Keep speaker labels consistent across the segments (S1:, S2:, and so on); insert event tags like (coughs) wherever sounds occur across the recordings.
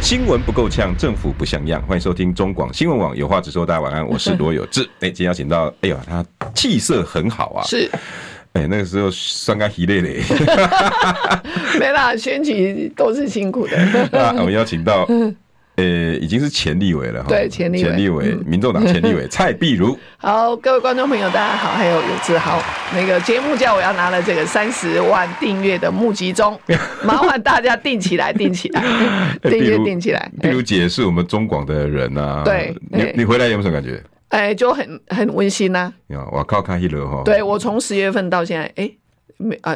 S1: 新闻不够呛，政府不像样。欢迎收听中广新闻网，有话直说。大家晚安，我是罗有志。哎、今天邀请到，哎呦，他气色很好啊。
S2: 是，
S1: 哎、那个时候酸甘疲累嘞。
S2: 没啦，选举都是辛苦
S1: (laughs)
S2: 的。
S1: 那啊我们邀请到，呃，已经是前立委了哈。
S2: 对前立委嗯
S1: 前立委，民众党前立
S2: (laughs)
S1: 委蔡碧如。
S2: 好，各位观众朋友，大家好，还有有志豪，那个节目叫我要拿了这个三十万订阅的募
S1: (laughs)
S2: 集中，麻烦大家订起来，订起来，
S1: 哎
S2: 订
S1: 碧
S2: 阅
S1: 如
S2: 订起来。
S1: 碧如姐是我们中广的人呐。
S2: 对
S1: 你
S2: 对
S1: 你回来有没有什么感觉？
S2: 哎，就很很温馨呐、
S1: 啊，我靠，看一楼哈。
S2: 对我从十月份到现在，哎，没啊。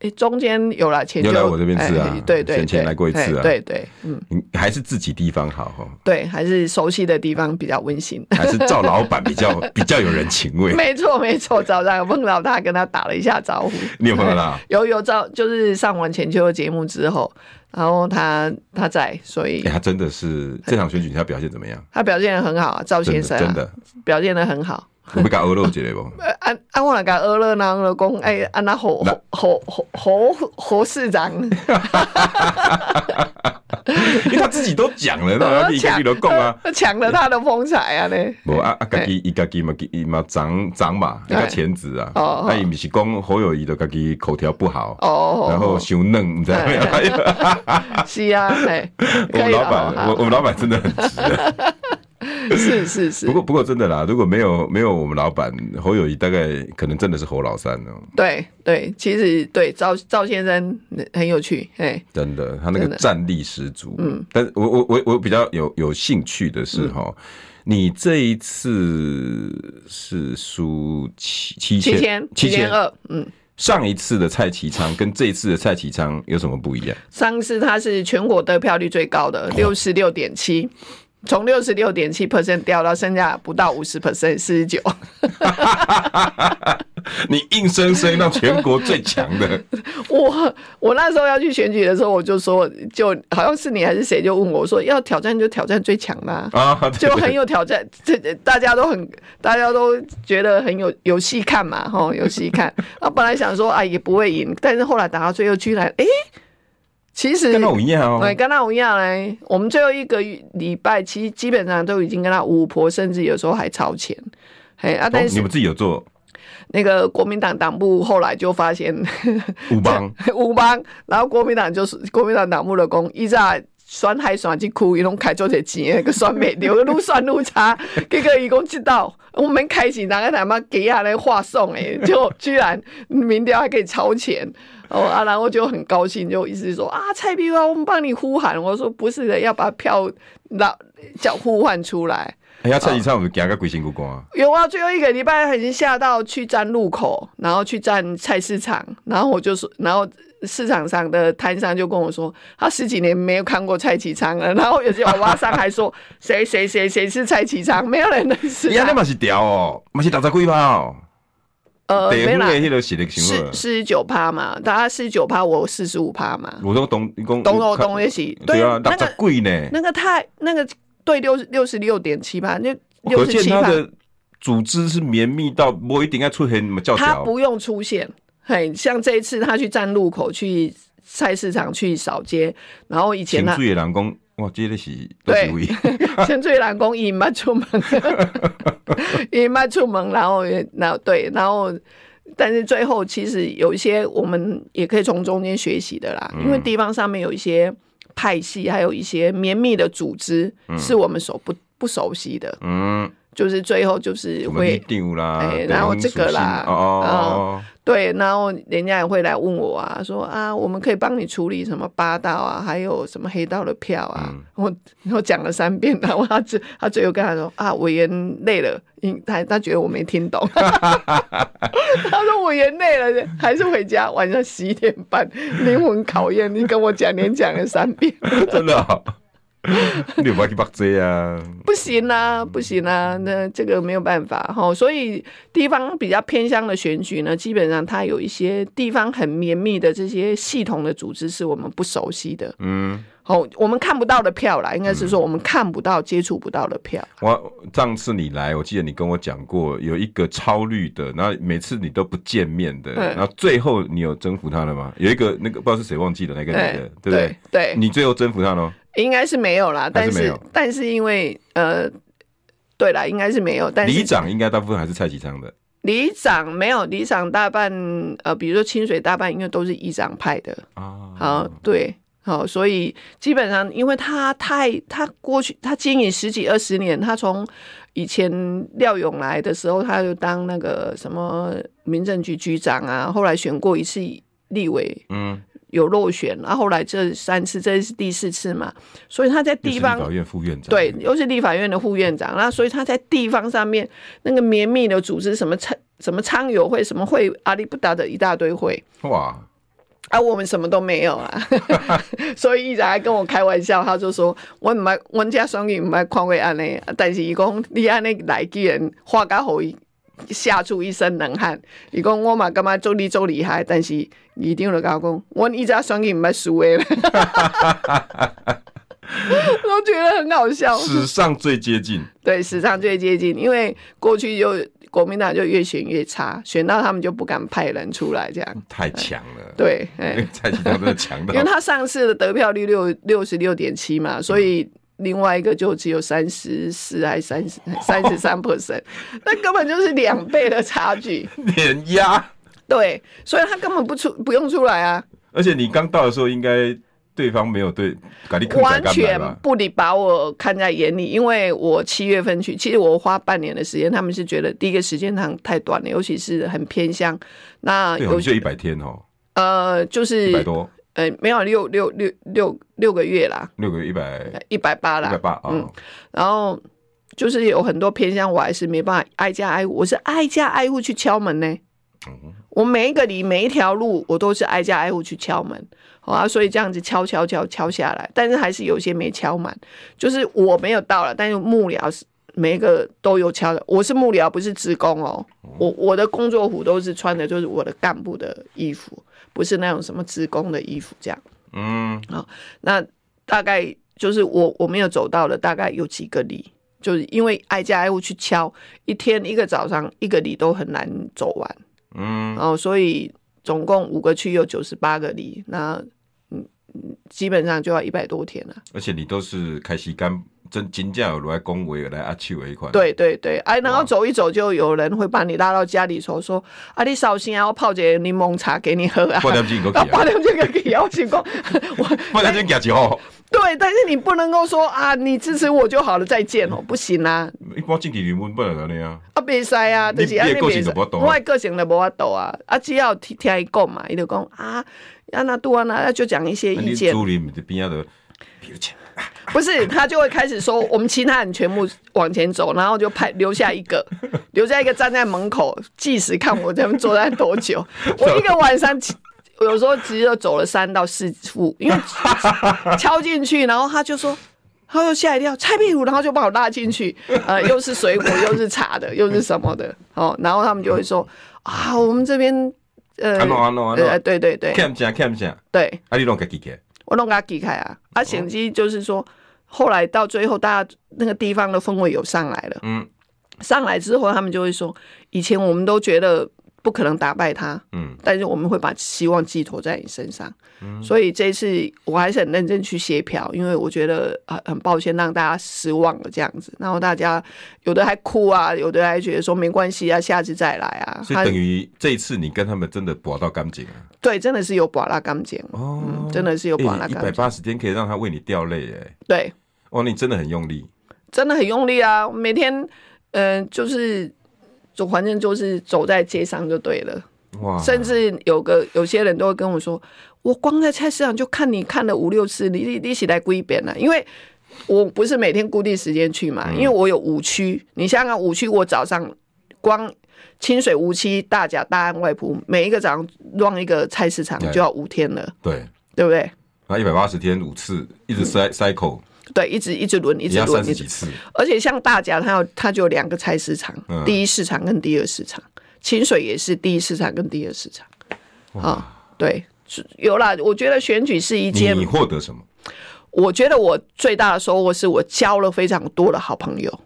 S2: 哎，中间有了钱
S1: 又
S2: 就
S1: 来我这边吃啊
S2: 哎对对，
S1: 前前
S2: 对
S1: 来过一次啊
S2: 哎对对，嗯，
S1: 你还是自己地方好哈，
S2: 对，还是熟悉的地方比较温馨。
S1: 还是赵老板比
S2: (laughs)
S1: 较比较有人情味。
S2: 没错没错，早上碰到他，跟他打了一下招呼。
S1: 你有碰到他？
S2: 有有照，就是上完浅秋的节目之后，然后他他在，所以
S1: 哎、他真的是这场选举，他表现怎么样？
S2: 他表现的很好啊，赵
S1: 真
S2: 先
S1: 的
S2: 生、啊、
S1: 真的，
S2: 表现的很好。
S1: 我被搞
S2: (laughs)
S1: 欧肉姐嘞不？
S2: 呃，安安我那个俄勒那老公，哎，安那侯
S1: 那
S2: 侯侯侯侯侯市长，
S1: 因为他自己都讲了，那他可以跟你都讲啊。
S2: 呃抢了他的风采啊嘞。
S1: 无啊啊，家己伊家己嘛，伊嘛长长嘛，伊个钳子啊，
S2: 哎哦
S1: 啊伊毋是讲侯友谊都家己口条不好，
S2: 哦，
S1: 然后伤嫩，你知道吗？
S2: 是啊，哎，
S1: (laughs) 我
S2: 可
S1: 们
S2: 以
S1: 老
S2: 了吧
S1: 板，我我们老板真的很
S2: (laughs)
S1: 直啊。
S2: 是是是
S1: 不，过不过真的啦，如果没有没有我们老板侯友谊，大概可能真的是侯老三哦，
S2: 对对，其实对赵赵先生很有趣，哎，
S1: 真的，他那个
S2: 真的
S1: 战力十足。嗯，但是我我我我比较有有兴趣的是
S2: 嗯
S1: 哈，你这一次是输七七
S2: 七千
S1: 七
S2: 千
S1: 千
S2: 二，嗯。
S1: 上一次的蔡其昌跟这一次的蔡其昌有什么不一样？
S2: 上次他是全国得票率最高的，六十六点七，从六十六点七 percent 掉到剩下不到五十 percent，四十九。 (laughs)
S1: 你硬生生让全国最强的，
S2: (laughs) 我我那时候要去选举的时候，我就说，就好像是你还是谁就问我说，要挑战就挑战最强的、啊。
S1: 啊，对
S2: 就
S1: 对
S2: 很有挑战， (laughs) 这这大家都很，大家都觉得很有有戏看嘛，吼，有戏 (laughs) 看。啊，本来想说啊也不会赢，但是后来打到最后居然，诶，其实
S1: 跟那我一样
S2: 对，
S1: 哦，
S2: 哎跟他一样嘞。我们最后一个礼拜，其实基本上都已经跟他五婆，甚至有时候还超前。哎啊，
S1: 哦
S2: 但
S1: 你
S2: 是
S1: 们自己有做
S2: 那个国民党党部后来就发现
S1: 乌帮，
S2: (laughs) 乌帮，然后国民党就是国民党党部的工，一下选海选去哭，伊拢开做些钱，个选袂 (laughs) 着，愈选愈差。结果伊讲知道，我们开始哪个他妈给下来话送诶， (laughs) 就居然民调还可以超前。哦啊，然后就很高兴，就一直说啊，蔡碧花，我们帮你呼喊。我说不是的，要把票让叫呼唤出来。
S1: 哎呀，蔡其
S2: 哦
S1: 昌我们给他个鬼辛苦光啊，
S2: 有啊，最后一个礼拜已经下到去站路口，然后去站菜市场，然后我就说，然后市场上的摊商就跟我说，他十几年没有看过蔡启昌了。然后有些娃娃商还说， (laughs) 谁谁谁谁是蔡启昌，没有人认识啊
S1: 哎呀，那
S2: 他。
S1: 嘛是屌哦，嘛是打十几趴哦，
S2: 呃，
S1: 地
S2: 没
S1: 方
S2: 啦
S1: 的，迄个实力行
S2: 四
S1: 了。
S2: 四十九趴嘛，大家四十九趴，我四十五趴嘛，
S1: 我说懂，你讲
S2: 懂我懂也是。
S1: 对啊，
S2: 那
S1: 六
S2: 个
S1: 十贵呢，
S2: 那个太那个对六六十六点七八，那
S1: 可
S2: 六十
S1: 见
S2: 七
S1: 他
S2: 趴。
S1: 的组织是绵密到不一定要出现什么教
S2: 他
S1: 条。
S2: 不用出现，很像这一次他去站路口、去菜市场、去扫街，然后以前
S1: 清
S2: 他
S1: 水的人讲，哇，这个是都
S2: 啊对
S1: 是位，
S2: 陈翠兰公伊不出门， (laughs) 伊不出门，然后也然后对，然后但是最后其实有一些我们也可以从中间学习的啦，因为地方上面有一些派系，还有一些绵密的组织，是我们所不不熟悉的，
S1: 嗯，
S2: 就是最后就是
S1: 什么立
S2: 会
S1: 定啦，
S2: 哎
S1: 对
S2: 然后
S1: 红
S2: 这个
S1: 属性
S2: 啦
S1: 哦哦，
S2: 对，然后人家也会来问我啊，说啊，我们可以帮你处理什么八道啊，还有什么黑道的票啊。 (laughs) 我我讲了三遍，然后他最他最后跟他说啊，委员累了，因他他觉得我没听懂， (laughs) 他说委员累了，还是回家，晚上十一点半灵魂考验，你跟我讲连讲了三遍，
S1: 哦 (laughs) 真的哦， (laughs) 你有没有去北济啊？
S2: 不行啊，不行啊，那这个没有办法哈、所以地方比较偏乡的选举呢，基本上它有一些地方很绵密的这些系统的组织是我们不熟悉的。
S1: 嗯，
S2: 好、我们看不到的票啦，应该是说我们看不到、接触不到的票。
S1: 我上次你来，我记得你跟我讲过有一个超绿的，然后每次你都不见面的，
S2: 嗯
S1: 然后最后你有征服他了吗？有一个那个不知道是谁忘记了那个女的，对不对
S2: 对？对，
S1: 你最后征服他了，
S2: 应该是没有啦，
S1: 还是
S2: 但
S1: 没
S2: 是
S1: 有
S2: 但是因为呃，对啦，应该是没有，但是
S1: 里长应该大部分还是蔡启昌的，
S2: 里长没有，里长大半呃，比如说清水大半，因为都是议长派的，
S1: 啊，
S2: 好，对，好，所以基本上，因为他太他过去他经营十几二十年，他从以前廖永来的时候，他就当那个什么民政局局长啊，后来选过一次立委
S1: 嗯，
S2: 有落选，啊然后后来这三次，这是第四次嘛，所以他在
S1: 又是
S2: 地
S1: 立
S2: 方
S1: 法院副院长，
S2: 对，又是立法院的副院长，那所以他在地方上面那个绵密的组织，什么苍什么苍友会，什么会阿里不达的一大堆会
S1: 哇，
S2: 啊，我们什么都没有啊， (laughs) 所以一直还跟我开玩笑，他就说我唔爱，我家双语唔爱看会安尼，但是伊讲你安尼来居然话甲好伊。吓出一身冷汗，伊讲我嘛感觉做你做厉害，但是一定就甲我讲，我一家双语唔捌输诶， (laughs) 我觉得很好笑。
S1: 史上最接近，
S2: 对，史上最接近，因为过去就国民党就越选越差，选到他们就不敢派人出来这样。
S1: 太强了，
S2: 对，
S1: 因为
S2: 哎，
S1: (laughs) 蔡启昌真的强
S2: 因为
S1: 到，
S2: 他上次的得票率六六十六点七
S1: 嗯
S2: 嘛，所以另外一个就只有三十四还三十三十三 percent，那 (laughs) 根本就是两倍的差距。 (laughs)
S1: 碾压。
S2: 对，所以他根本不出不用出来啊，
S1: 而且你刚到的时候，应该对方没有对咖喱
S2: 完全不理把我看在眼里，因为我七月份去，其实我花半年的时间，他们是觉得第一个时间长太短了，尤其是很偏乡。那
S1: 对，我
S2: 有
S1: 们就一百天哦，
S2: 呃，就
S1: 一百
S2: 是
S1: 多，
S2: 呃，没有六六六六六个月啦，
S1: 六个月一百一
S2: 一百八
S1: 百
S2: 啦，
S1: 八啊
S2: 嗯，然后就是有很多偏乡，我还是没办法挨家挨户，我是挨家挨户去敲门呢。
S1: 嗯
S2: 我每一个里每一条路，我都是挨家挨户去敲门，好、啊，所以这样子敲敲敲敲下来，但是还是有些没敲满，就是我没有到了，但是幕僚是每一个都有敲的，我是幕僚，不是职工哦，我我的工作服都是穿的就是我的干部的衣服，不是那种什么职工的衣服这样。
S1: 嗯，
S2: 那大概就是我我没有走到的，大概有几个里，就是因为挨家挨户去敲，一天一个早上一个里都很难走完。
S1: 嗯，
S2: 哦，所以总共五个区有九十八个里，那嗯嗯，基本上就要一百多天了。
S1: 而且你都是开始干真真正有来恭维来阿七为一款，，
S2: 对对对，哎、然后
S1: 哇
S2: 走一走，就有人会把你拉到家里头说：“啊，你扫兴啊，我泡些柠檬茶给你
S1: (laughs)
S2: 喝啊。
S1: 半点钟过”
S2: (laughs)
S1: 去
S2: 然后八
S1: 啊，
S2: 点这个给邀请过，我
S1: 半点钟过去哦，
S2: 对，但是你不能够说啊，你支持我就好了，再见哦，不行啊，
S1: 一般政治人物不能安尼啊，
S2: 啊，袂使啊，
S1: 你
S2: 就是安
S1: 你
S2: 尼
S1: 的个
S2: 袂
S1: 性
S2: 使
S1: 就没办。法啊
S2: 我的个性就无法度啊，啊，只要听听伊讲嘛，伊就讲啊，啊那拄啊那，啊就讲一些
S1: 那你
S2: 意见。
S1: 主任在边啊的，比如讲
S2: (laughs) 不是，他就会开始说，我们其他人全部往前走，然后就派留下一个，留下一个站在门口计时，看我这边坐在多久。我一个晚上起，有时候只有走了三到四步，因为敲进去，然后他就说。他就吓一跳，蔡壁如，然后就把我拉进去，呃，又是水果，又是茶的，又是什么的，哦，然后他们就会说啊，我们这边，呃，
S1: 安怎安怎安
S2: 呃，
S1: 怎，
S2: 对对对
S1: 欠啥欠啥，
S2: 对，
S1: 啊你拢家己给，
S2: 我弄给他挤开啊，啊，
S1: 哦
S2: 甚至就是说，后来到最后，大家那个地方的氛围有上来了，
S1: 嗯
S2: 上来之后，他们就会说，以前我们都觉得不可能打败他，
S1: 嗯
S2: 但是我们会把希望寄托在你身上，所以这一次我还是很认真去协调，因为我觉得很很抱歉让大家失望了这样子，然后大家有的还哭啊，有的还觉得说没关系啊，下次再来啊，
S1: 所以等于这一次你跟他们真的搏到干净啊，
S2: 对，真的是有把拉钢琴，
S1: 哦
S2: 嗯，真的是有把拉
S1: 一
S2: 钢
S1: 百
S2: 琴，
S1: 八十天可以让他为你掉泪哎。
S2: 对。
S1: 哇，你真的很用力，
S2: 真的很用力啊！我每天，嗯、就是走，反正就是走在街上就对了。
S1: 哇！
S2: 甚至有个有些人都会跟我说，我光在菜市场就看你看了五六次，你你你起来归一遍了，因为。我不是每天固定时间去嘛，
S1: 嗯
S2: 因为我有五区。你想想看，五区我早上光清水、无期、大甲、大安、外埔，每一个早上逛一个菜市场
S1: 对
S2: 就要五天了，
S1: 对，
S2: 对不对？
S1: 然后一百八十天五次，一直塞塞口，
S2: 对，一直一直嗯轮，一
S1: 也
S2: 直
S1: 要三
S2: 轮，
S1: 十
S2: 一
S1: 几
S2: 直。
S1: 次，
S2: 而且像大甲，它有它就有两个菜市场，
S1: 嗯
S2: 第一市场跟第二市场，清水也是第一市场跟第二市场。啊，对，是有啦。我觉得选举是一件
S1: 你，获得什么？
S2: 我觉得我最大的收获是我交了非常多的好朋友。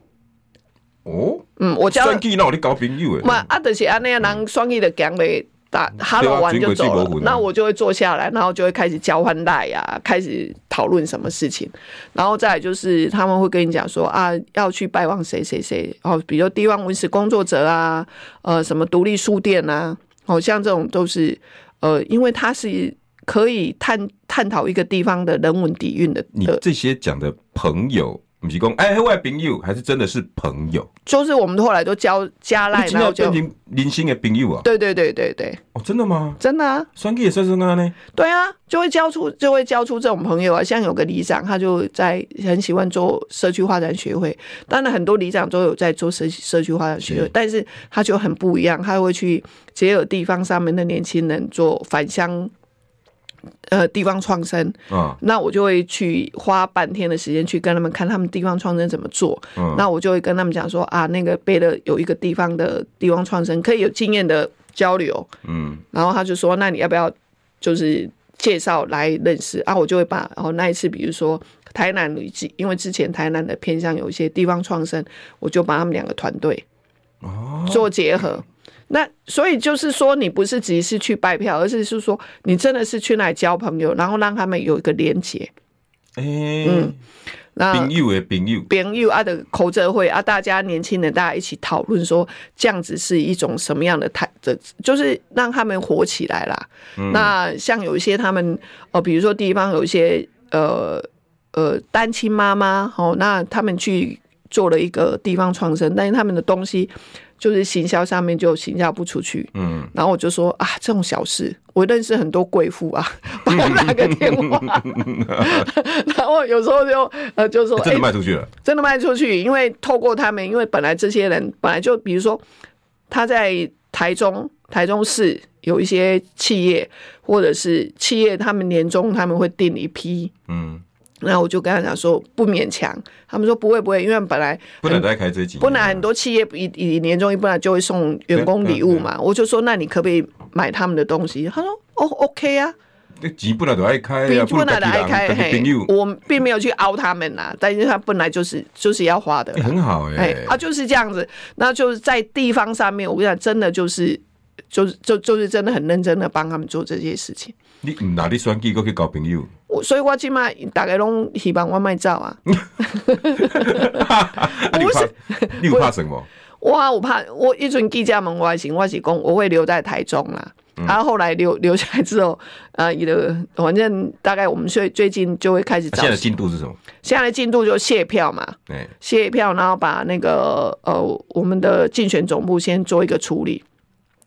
S1: 哦，
S2: 嗯，我交
S1: 算
S2: 了，
S1: 计那我的搞朋友
S2: 嘛
S1: 诶，
S2: 啊，就是安那样人双翼的讲嘞。打哈喽完就走
S1: 军国嗯
S2: 了
S1: 际国，魂啊
S2: 那我就会坐下来，然后就会开始交换赖呀，开始讨论什么事情，然后再来就是他们会跟你讲说啊，要去拜望谁谁谁，哦，比如地方文史工作者啊，呃，什么独立书店啊，哦，像这种都是呃，因为它是可以探探讨一个地方的人文底蕴的呃
S1: 你
S2: 的，
S1: 这些讲的朋友，不是讲哎，我的朋友还是真的是朋友，
S2: 就是我们后来都交加赖，
S1: 你真
S2: 然
S1: 的
S2: 后
S1: 要
S2: 就
S1: 变成人生的朋友啊？
S2: 对对对对对，
S1: 哦，真的吗？
S2: 真的啊。
S1: 算计也算是安呢？
S2: 对啊，就会交出就会交出这种朋友啊。像有个里长，他就在很喜欢做社区发展学会。当然，很多里长都有在做社社区发展学会
S1: 是，
S2: 但是他就很不一样，他会去结合地方上面的年轻人做返乡，呃，地方创生。
S1: 啊，
S2: 那我就会去花半天的时间去跟他们看他们地方创生怎么做。
S1: 嗯
S2: 那我就会跟他们讲说啊，那个贝勒有一个地方的地方创生可以有经验的交流。
S1: 嗯，
S2: 然后他就说：“那你要不要就是介绍来认识啊？”我就会把然后那一次，比如说台南，因为之前台南的偏向有一些地方创生，我就把他们两个团队
S1: 哦，
S2: 做结合。那所以就是说，你不是只是去拜票，而是是说你真的是去那里交朋友，然后让他们有一个连接。
S1: 哎，
S2: 那
S1: 朋友的朋友，
S2: 朋友啊的口者会啊，大家年轻人大家一起讨论说，这样子是一种什么样的态的，就是让他们火起来啦。那像有一些他们呃，比如说地方有一些呃呃单亲妈妈哦，那他们去做了一个地方创生，但是他们的东西就是行销上面就行销不出去，
S1: 嗯，
S2: 然后我就说啊，这种小事，我认识很多贵妇啊， (laughs) 帮我打个电话。然后有时候就呃
S1: (laughs)
S2: 就说，
S1: 真
S2: 哎、
S1: 的卖出去了，
S2: 真的卖出去，因为透过他们，因为本来这些人本来就，比如说他在台中台中市有一些企业，或者是企业他们年终他们会定一批。
S1: 嗯，
S2: 那我就跟他讲说不勉强，他们说不会不会，因为本来
S1: 不能再开这集，
S2: 嗯不然很多企业一一年终一本来就会送员工礼物嘛，我就说那你可不可以买他们的东西？他说哦 OK 啊，
S1: 那钱本来就爱开
S2: 比
S1: 啊，
S2: 本来的
S1: 自己
S2: 爱
S1: 人自
S2: 开
S1: 己
S2: 嘿
S1: 朋友，，
S2: 我并没有去凹他们啦，但是他本来就是就是要花的
S1: 哎
S2: 啦，
S1: 很好
S2: 哎
S1: 哎，
S2: 啊就是这样子，那就是在地方上面，我跟你讲，真的就是就是就就是真的很认真的帮他们做这些事情。
S1: 你唔拿你选举，搁去交朋友，
S2: 我所以我起码大概拢希望我卖照啊，
S1: 啊，你有怕，你有怕什么？
S2: 哇，我怕我一准记者问我行，我是讲我会留在台中啦。
S1: 嗯
S2: 然后、后来留留下来之后，呃，伊的反正大概我们最最近就会开始
S1: 啊
S2: 找，
S1: 现在的进度是什么？
S2: 现在的进度就卸票嘛，
S1: 哎，
S2: 卸票，然后把那个呃我们的竞选总部先做一个处理，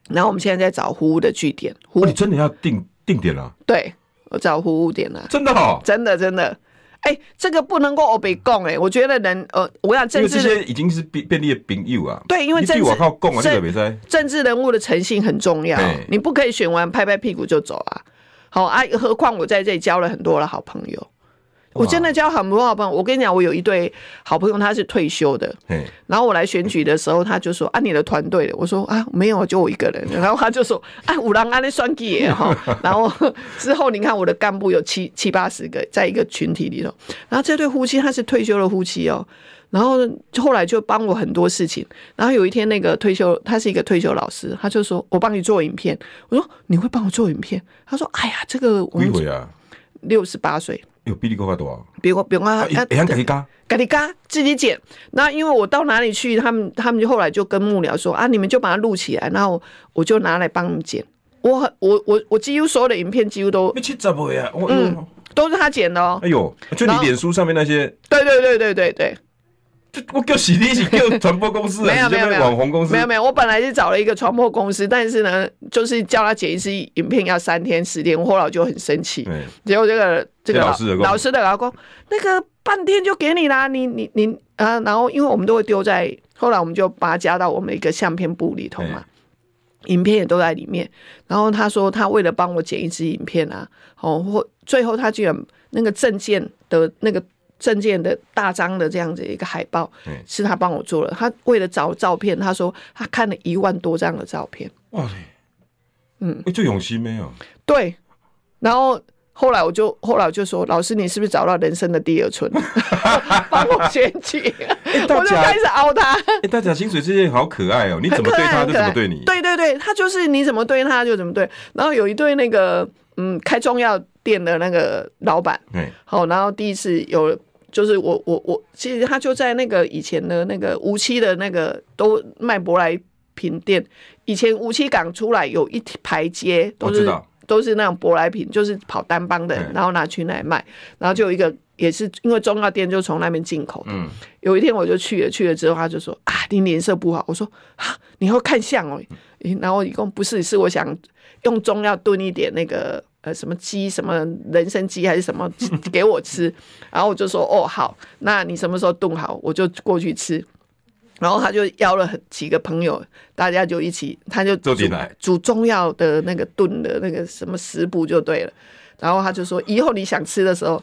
S2: 然后我们现在在找服务的据点，服务
S1: 哦你真的要定定点了，
S2: 对，我找服务点啦、啊
S1: 真的哦，
S2: 真的真的，哎，这个不能够我被供哎，我觉得人呃，我想
S1: 因
S2: 政
S1: 为这
S2: 治人
S1: 些已经是便便利的朋友啊，
S2: 对因为
S1: 你
S2: 政
S1: 对
S2: 治
S1: 我靠讲啊，
S2: 政
S1: 这个没塞，
S2: 政治人物的诚信很重要啊
S1: 对，
S2: 你不可以选完拍拍屁股就走啊。好啊，何况我在这里交了很多的好朋友，我真的交很多好朋友。我跟你讲，我有一对好朋友，他是退休的，
S1: 嘿，
S2: 然后我来选举的时候，他就说啊，你的团队的，我说啊，没有，就我一个人。然后他就说啊，五郎安那算计耶哈。然后之后你看我的干部有七七八十个，在一个群体里头。然后这对夫妻他是退休的夫妻哦，然后呢后来就帮我很多事情。然后有一天那个退休，他是一个退休老师，他就说我帮你做影片。我说你会帮我做影片？他说哎呀，这个我
S1: 几
S2: 们
S1: 回啊？
S2: 六十八岁，
S1: 有比你更较大，
S2: 别我别我
S1: 啊，会晓家己加，
S2: 咖喱嘎自己剪。那因为我到哪里去，他们他们就后来就跟幕僚说啊，你们就把它录起来，然后我就拿来帮他们剪。我很我我我几乎所有的影片几乎都
S1: 要七十回啊，我嗯，
S2: 都是他剪的哦。
S1: 哎呦，就你
S2: 然后
S1: 脸书上面那些，
S2: 对对对对对对，
S1: 就我叫洗你是叫传播公司啊，
S2: (laughs) 没有
S1: 你这
S2: 没有没
S1: 边
S2: 有
S1: 网红公司
S2: 没，有没有，我本来是找了一个传播公司，但是呢，就是叫他剪一支影片要三天四天，我后来我就很生气。
S1: 哎，
S2: 结果这个这个
S1: 老师的工
S2: 老师的老公，那个半天就给你啦，你你你啊，然后因为我们都会丢在，后来我们就把它加到我们一个相片簿里头嘛，影片也都在里面。然后他说他为了帮我剪一支影片啊，哦，或最后他居然那个证件的那个证件的大张的这样子一个海报
S1: 嗯，
S2: 是他帮我做了。他为了找照片，他说他看了一万多张的照片，
S1: 哇嘞，
S2: 嗯，
S1: 哎，就永熙没有，
S2: 对。然后后来我就后来我就说，老师你是不是找到人生的第二春？ (laughs) 帮我选举，我
S1: 哎 (laughs) 大
S2: 就
S1: 家
S2: 开始熬他。
S1: 哎，大甲薪水这些好可爱哦，你
S2: 很
S1: 怎么
S2: 可
S1: 对
S2: 爱，
S1: 他
S2: 很
S1: 就
S2: 可
S1: 怎
S2: 爱。
S1: 么对你，
S2: 对对对，他就是你怎么对他就怎么对。然后有一对那个嗯开中药店的那个老板，
S1: 对，
S2: 好，然后第一次有就是我我我，其实他就在那个以前的那个无期的那个都卖舶来品店，以前无期港出来有一排街
S1: 我
S2: 都
S1: 知
S2: 是
S1: 道
S2: 都是那种舶来品，就是跑单帮的
S1: 嗯，
S2: 然后拿去那里卖，然后就有一个。也是因为中药店就从那边进口的，
S1: 嗯，
S2: 有一天我就去了，去了之后他就说啊，你脸色不好。我说啊，你要看相哦。诶然后一共不是，是我想用中药炖一点那个呃什么鸡，什么人参鸡还是什么给我吃。然后我就说哦好，那你什么时候炖好，我就过去吃。然后他就邀了很几个朋友，大家就一起，他就
S1: 做
S2: 煮
S1: 进来
S2: 煮中药的那个炖的那个什么食补就对了。然后他就说，以后你想吃的时候，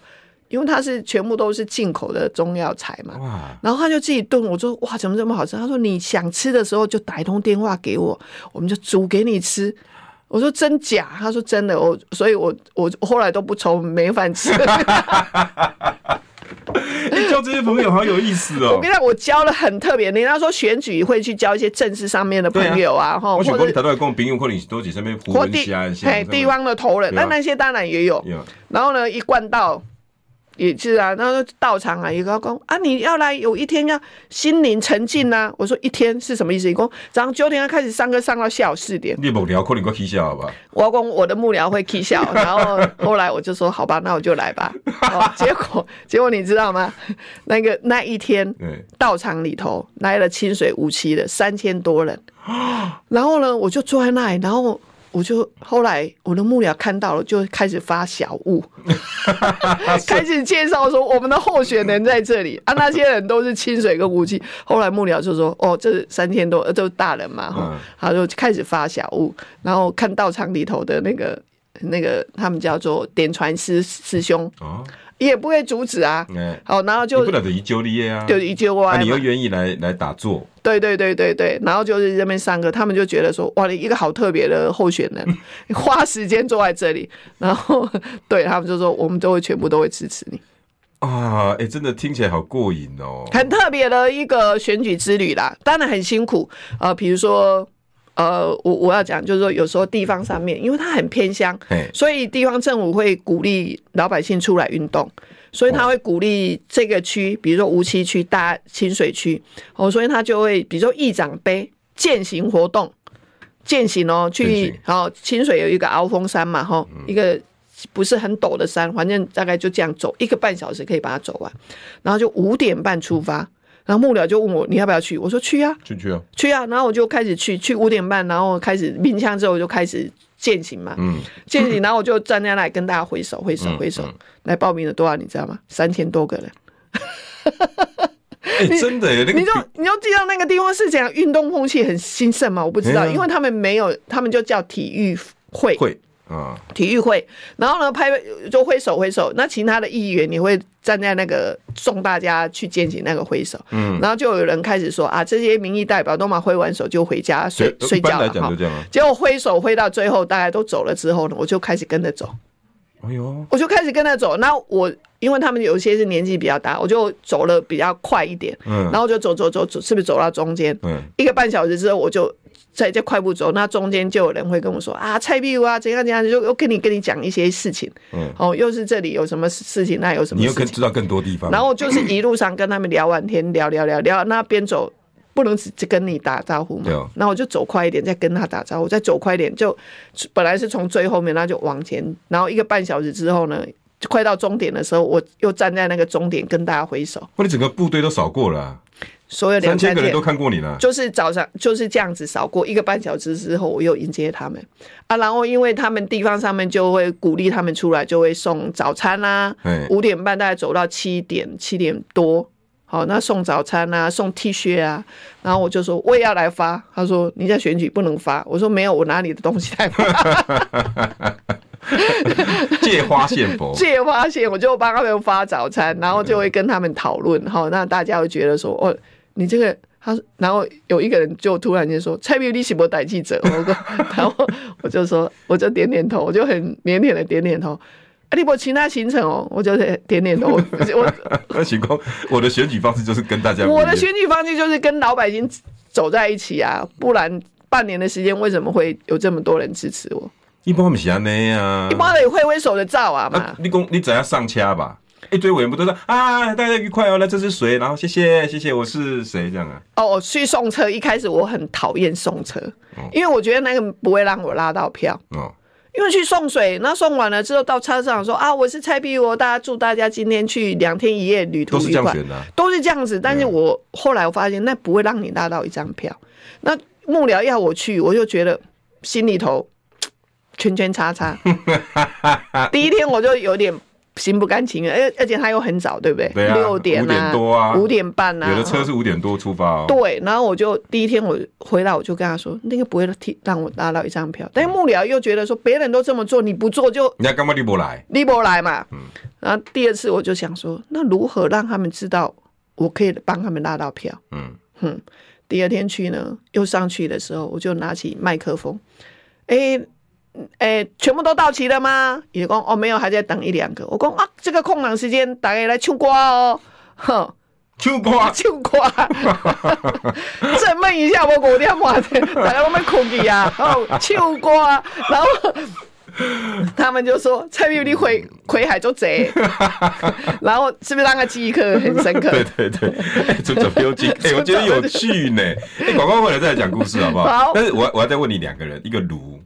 S2: 因为它是全部都是进口的中药材嘛，
S1: 哇，
S2: 然后他就自己炖，我说哇，怎么这么好吃？他说你想吃的时候就打一通电话给我，我们就煮给你吃。我说真假？他说真的，我所以我，我我后来都不愁没
S1: (laughs)
S2: 饭吃。 (laughs)
S1: 哎，交这些朋友好有意思
S2: 我
S1: 哦
S2: 跟，你讲，我交了很特别，人家说选举会去交一些政治上面的朋友啊，哈、
S1: 我想
S2: 或
S1: 讲你
S2: 者
S1: 谈到讲朋友，可能是都是身边胡
S2: 或
S1: 文
S2: 地
S1: 霞的，
S2: 嘿地方的头人，
S1: 对啊
S2: 那那些当然也有。
S1: 有，
S2: 然后呢，一贯道也是啊，然后道场啊，一个讲啊，你要来有一天要心灵沉静呐、我说一天是什么意思？一共早上九点要开始上课，上到下午四点。
S1: 你无聊可能够起笑吧，
S2: 我要讲我的幕僚会 k 笑，然后后来我就说好吧，那我就来吧。哦、结果结果你知道吗？那个那一天
S1: 对，
S2: 道场里头来了清水无期的三千多人，然后呢，我就坐在那里，然后我就后来我的幕僚看到了，就开始发小
S1: (laughs)
S2: 物，开始介绍说我们的候选人在这里啊，那些人都是清水跟无期。后来幕僚就说哦，这三千多呃都是大人嘛哈
S1: 嗯，
S2: 他就开始发小物，然后看道场里头的那个。那个他们叫做点传师师兄，
S1: 哦，
S2: 也不会阻止啊。
S1: 哎，
S2: 好，然后
S1: 你
S2: 就
S1: 不能等于纠理的啊，
S2: 就一句话
S1: 啊，
S2: 嘛
S1: 你又愿意来来打坐，
S2: 对对对对对，然后就是这边上课，他们就觉得说，哇，你一个好特别的候选人，花时间坐在这里，然后对他们就说，我们都会全部都会支持你，
S1: 啊，哎、真的听起来好过瘾哦。
S2: 很特别的一个选举之旅啦，当然很辛苦，呃，比如说，呃，我我要讲就是说，有时候地方上面，因为它很偏乡，
S1: 嘿，
S2: 所以地方政府会鼓励老百姓出来运动，所以他会鼓励这个区，比如说无锡区、大清水区，哦，所以他就会，比如说议长杯践行活动，践行哦，
S1: 践
S2: 去
S1: 行嗯
S2: 哦，清水有一个鳌峰山嘛，哈、哦一个不是很陡的山，反正大概就这样走，一个半小时可以把它走完，然后就五点半出发，然后幕僚就问我你要不要去，我说去啊，
S1: 去去哦，
S2: 去啊，然后我就开始去，去五点半，然后开始鸣枪之后我就开始践行嘛，
S1: 嗯，
S2: 见你，然后我就站在那里跟大家挥手、挥手、挥手。来报名的多少你知道吗？三千多个
S1: (laughs)
S2: 人。
S1: 哎、真的耶，那个
S2: 你就你就知道那个地方是怎样运动风气很兴盛嘛？我不知道，
S1: 哎呀
S2: 因为他们没有，他们就叫体育会，
S1: 会啊，
S2: 体育会。然后呢，拍就挥手挥手。那其他的议员你会站在那个送大家去践行那个挥手，
S1: 嗯，
S2: 然后就有人开始说啊，这些民意代表都嘛挥完手就回家睡
S1: 对
S2: 睡
S1: 一般
S2: 觉
S1: 来
S2: 了
S1: 讲
S2: 哈
S1: 就。这样啊。
S2: 结果挥手挥到最后，大家都走了之后呢，我就开始跟着走。
S1: 哎呦，
S2: 我就开始跟他走。那我因为他们有一些是年纪比较大，我就走了比较快一点，
S1: 嗯
S2: 然后就走走走走，是不是走到中间？
S1: 嗯，
S2: 一个半小时之后，我就在这快步走，那中间就有人会跟我说啊，蔡壁如啊，怎样怎样，就又跟你跟你讲一些事情，
S1: 嗯
S2: 哦，又是这里有什么事情，那有什么
S1: 你又
S2: 事
S1: 更
S2: 情，
S1: 知道更多地方。
S2: 然后就是一路上跟他们聊完天，聊聊聊聊，那边走。不能只只跟你打招呼
S1: 对哦
S2: 嘛，那我就走快一点，再跟他打招呼，再走快一点，就本来是从最后面，那就往前，然后一个半小时之后呢，就快到终点的时候，我又站在那个终点跟大家挥手，
S1: 哇，你整个部队都扫过了啊、
S2: 所有两
S1: 三千
S2: 三
S1: 个人
S2: 千
S1: 都看过你了。啊
S2: 就是早上就是这样子扫过一个半小时之后，我又迎接他们啊，然后因为他们地方上面就会鼓励他们出来，就会送早餐啦、
S1: 哎
S2: 五点半大概走到七点七点多，好，那送早餐啊，送 T 恤啊，然后我就说我也要来发，他说你在选举不能发，我说没有，我拿你的东西来发，
S1: 借花献佛。啊
S2: (laughs) 借花献，我就帮他们发早餐，然后就会跟他们讨论哈。那大家会觉得说，哦，你这个他说，然后有一个人就突然间说，蔡明你是不逮记者？我 (laughs) 说，然后我就说，我就点点头，我就很腼腆的点点头。啊，你有其他行程哦，我就点点头。我
S1: 那行公，我的选举方式就是跟大家不一
S2: 我
S1: 样
S2: 的选举方式就是跟老百姓走在一起啊，不然半年的时间为什么会有这么多人支持我？
S1: 一般不是安尼啊
S2: 一。般人也挥挥手的照啊嘛。
S1: 啊，你公你只要上车吧，一堆委员不都说啊，大家愉快哦，那这是谁？然后谢谢谢谢，我是谁这样啊？
S2: 哦，我去送车，一开始我很讨厌送车，因为我觉得那个不会让我拉到票。
S1: 哦，
S2: 因为去送水，那送完了之后到车上说啊，我是蔡碧如，大家祝大家今天去两天一夜旅途
S1: 都是
S2: 愉
S1: 这样
S2: 快，
S1: 选的啊
S2: 都是这样子。但是我后来我发现那不会让你拉到一张票。那幕僚要我去，我就觉得心里头圈圈叉叉。
S1: (laughs)
S2: 第一天我就有点。心不甘情愿，而而且他又很早，对不对？
S1: 对啊
S2: 六点
S1: 五点多啊
S2: 五点半啊，
S1: 有的车是五点多出发哦。
S2: 对，然后我就第一天我回来，我就跟他说，那个不会替让我拿到一张票。但是幕僚又觉得说，别人都这么做，你不做就
S1: 人家干嘛你不来？
S2: 你不来嘛。然后第二次我就想说，那如何让他们知道我可以帮他们拉到票？
S1: 嗯，
S2: 第二天去呢，又上去的时候，我就拿起麦克风，哎。哎，全部都到齐了吗？也讲哦，没有，还在等一两个。我讲啊，这个空档时间，大家来唱歌哦， (laughs) 哼，
S1: 唱歌
S2: 唱歌，振奋一下我五点半的，大家拢要困去啊，然后唱歌，啊
S1: (laughs)
S2: 然后他们就说蔡明你回回海就贼，然后是不是让他记忆刻很深刻？
S1: (laughs) 对对对， (laughs) 哎，这怎么有
S2: (laughs)
S1: 劲？哎，我觉得有趣呢。哎，广告回来再来讲故事好不好？
S2: 好
S1: 但是我要我要再问你两个人，一个卢，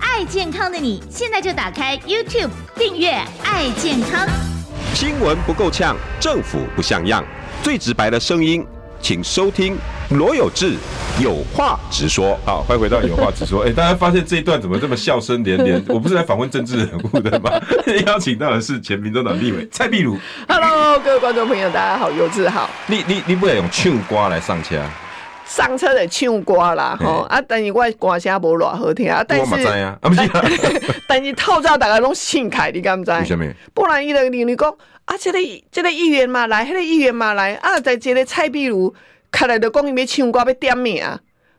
S3: 爱健康的你，现在就打开 YouTube 订阅“爱健康”。
S1: 新闻不够呛，政府不像样，最直白的声音，请收听罗有志有话直说。好，欢迎回到有话直说。哎、大家发现这一段怎么这么笑声连
S2: (laughs)
S1: 连？我不是来访问政治人物的吗？ (laughs) 邀请到的是前民众党立委蔡壁如。
S2: ，Hello，各位观众朋友，大家好，尤志好。
S1: 你你你不能用唱歌来上车，啊
S2: 上车的唱歌啦，吼
S1: 嘿
S2: 啊！但是我的歌声无偌好听啊，但
S1: 我嘛知
S2: 是
S1: 啊，啊不是啊，
S2: (laughs) 但是透早大家拢盛开，你敢知？
S1: 为什么？
S2: 不然伊就认为讲啊，这个这个议员嘛来，迄、个议员嘛来，啊，在这个蔡壁如，看来就讲伊要唱歌要点名。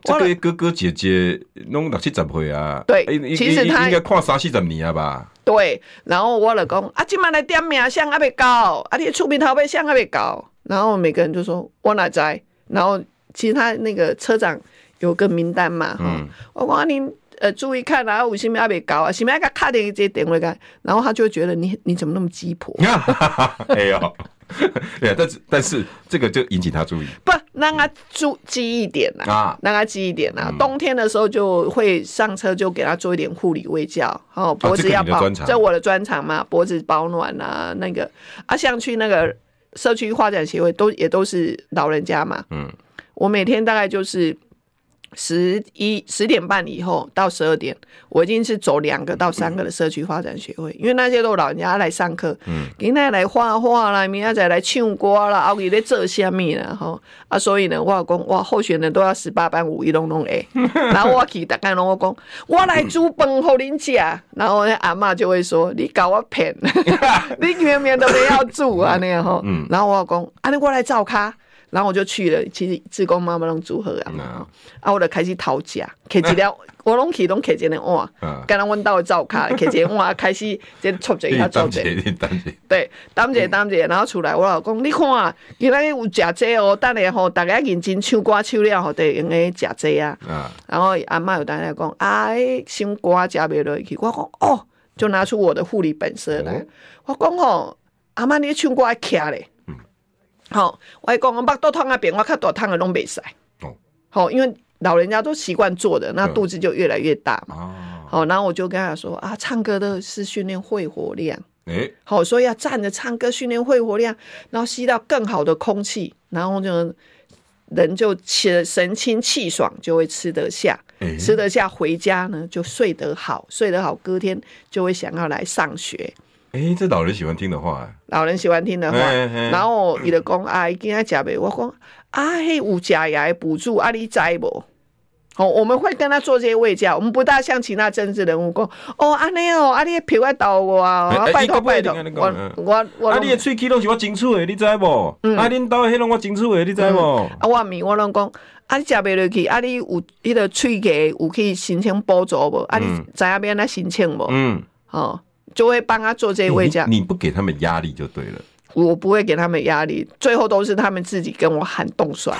S1: 这
S2: 我
S1: 个哥哥姐姐弄六七十岁啊，
S2: 对
S1: 哎你
S2: 其实
S1: 你
S2: 他
S1: 应该看三四十年啊吧？
S2: 对，然后我就讲啊，今晚来点名，谁还没到？啊，你出名头尾谁还没到？然后每个人就说我哪知？然后其实他那个车长有个名单嘛，哈、
S1: 嗯
S2: 我讲啊您呃注意看啊，有什么还没到啊？什么还卡电这电话干？然后他就会觉得你你怎么那么鸡婆？
S1: 哎呦，对啊，但是但是这个就引起他注意
S2: 不让他注记一点啦、
S1: 啊。
S2: 让他记一点啦、冬天的时候就会上车，就给他做一点护理卫教，哦，脖
S1: 啊这
S2: 子
S1: 个
S2: 要
S1: 你的
S2: 保，
S1: 专长
S2: 我的专长嘛，脖子保暖啊，那个啊，像去那个社区发展协会都也都是老人家嘛，
S1: 嗯，
S2: 我每天大概就是十一十点半以后到十二点，我已经是走两个到三个的社区发展协会，因为那些都老人家来上课，嗯，今天来画画啦，明天再来唱歌啦，后日咧做虾米啦，吼啊，所以呢，我讲哇，候选人都要十八般武艺拢拢 (laughs) 会，然后我去大概拢我讲，我来煮饭互恁食，然后那阿嬷就会说你搞我 (laughs) 骗，你明明都没要煮啊那样吼，然后我讲，啊，你我来照卡。然后我就去了，其实志工妈妈拢组合啊嘛，
S1: 嗯
S2: 吼啊，我就开始讨价，摕
S1: (laughs)
S2: 一了，我拢去拢摕一个碗，
S1: 啊
S2: 敢若阮兜的灶卡，摕一个碗开始这撮者
S1: 一嗯
S2: 遐
S1: 定
S2: 撮
S1: 当
S2: 者
S1: 姐，，一定当姐。
S2: 对，担者担者，然后出来我老公，你看，今仔日有食这哦，等下吼，大家认真唱歌唱了吼，就会用诶食这啊。
S1: 啊，
S2: 然后阿嬷有当来讲，啊，迄新瓜食袂落去，我讲哦，就拿出我的护理本色来，我讲吼、阿嬷你的唱歌爱徛咧，吼、我讲我腹肚痛啊变，我较大痛的拢袂使，
S1: 哦
S2: 吼、因为老人家都习惯坐的，那
S1: 对
S2: 肚子就越来越大嘛。
S1: 哦，
S2: 好，然后我就跟他说啊，唱歌的是训练肺活量，
S1: 哎，
S2: 好，所以要站着唱歌训练肺活量，然后吸到更好的空气，然后就人就气神清气爽，就会吃得下，
S1: 哎
S2: 吃得下回家呢就睡得好，睡得好隔天就会想要来上学。
S1: 哎，这老人喜欢听的话、
S2: 老人喜欢听的话，
S1: 嘿嘿
S2: 然后伊就讲啊，伊今仔食袂，我讲啊，迄有食牙的补助，啊，你知无？哦，我们会跟他做这些喂教，我们不大像其他政治人物讲，哦，安尼哦，啊，你的票要倒我啊，
S1: 哎
S2: 哦
S1: 哎
S2: 拜
S1: 你
S2: 托
S1: 讲不
S2: 拜
S1: 一
S2: 托，
S1: 定
S2: 我
S1: 安尼讲
S2: 我我
S1: 啊，
S2: 拢
S1: 你的喙齿拢是我争取的，你知无？啊，恁兜迄拢我争取的，你知无？
S2: 啊，我咪我拢讲，啊，你食袂落去，啊，你有迄个喙牙有去申请补助无？啊，你
S1: 嗯
S2: 知影要安怎申请无？
S1: 嗯，
S2: 哦，就会帮他做这些喂教，
S1: 你你不给他们压力就对了。
S2: 我不会给他们压力，最后都是他们自己跟我喊冻酸。 (laughs)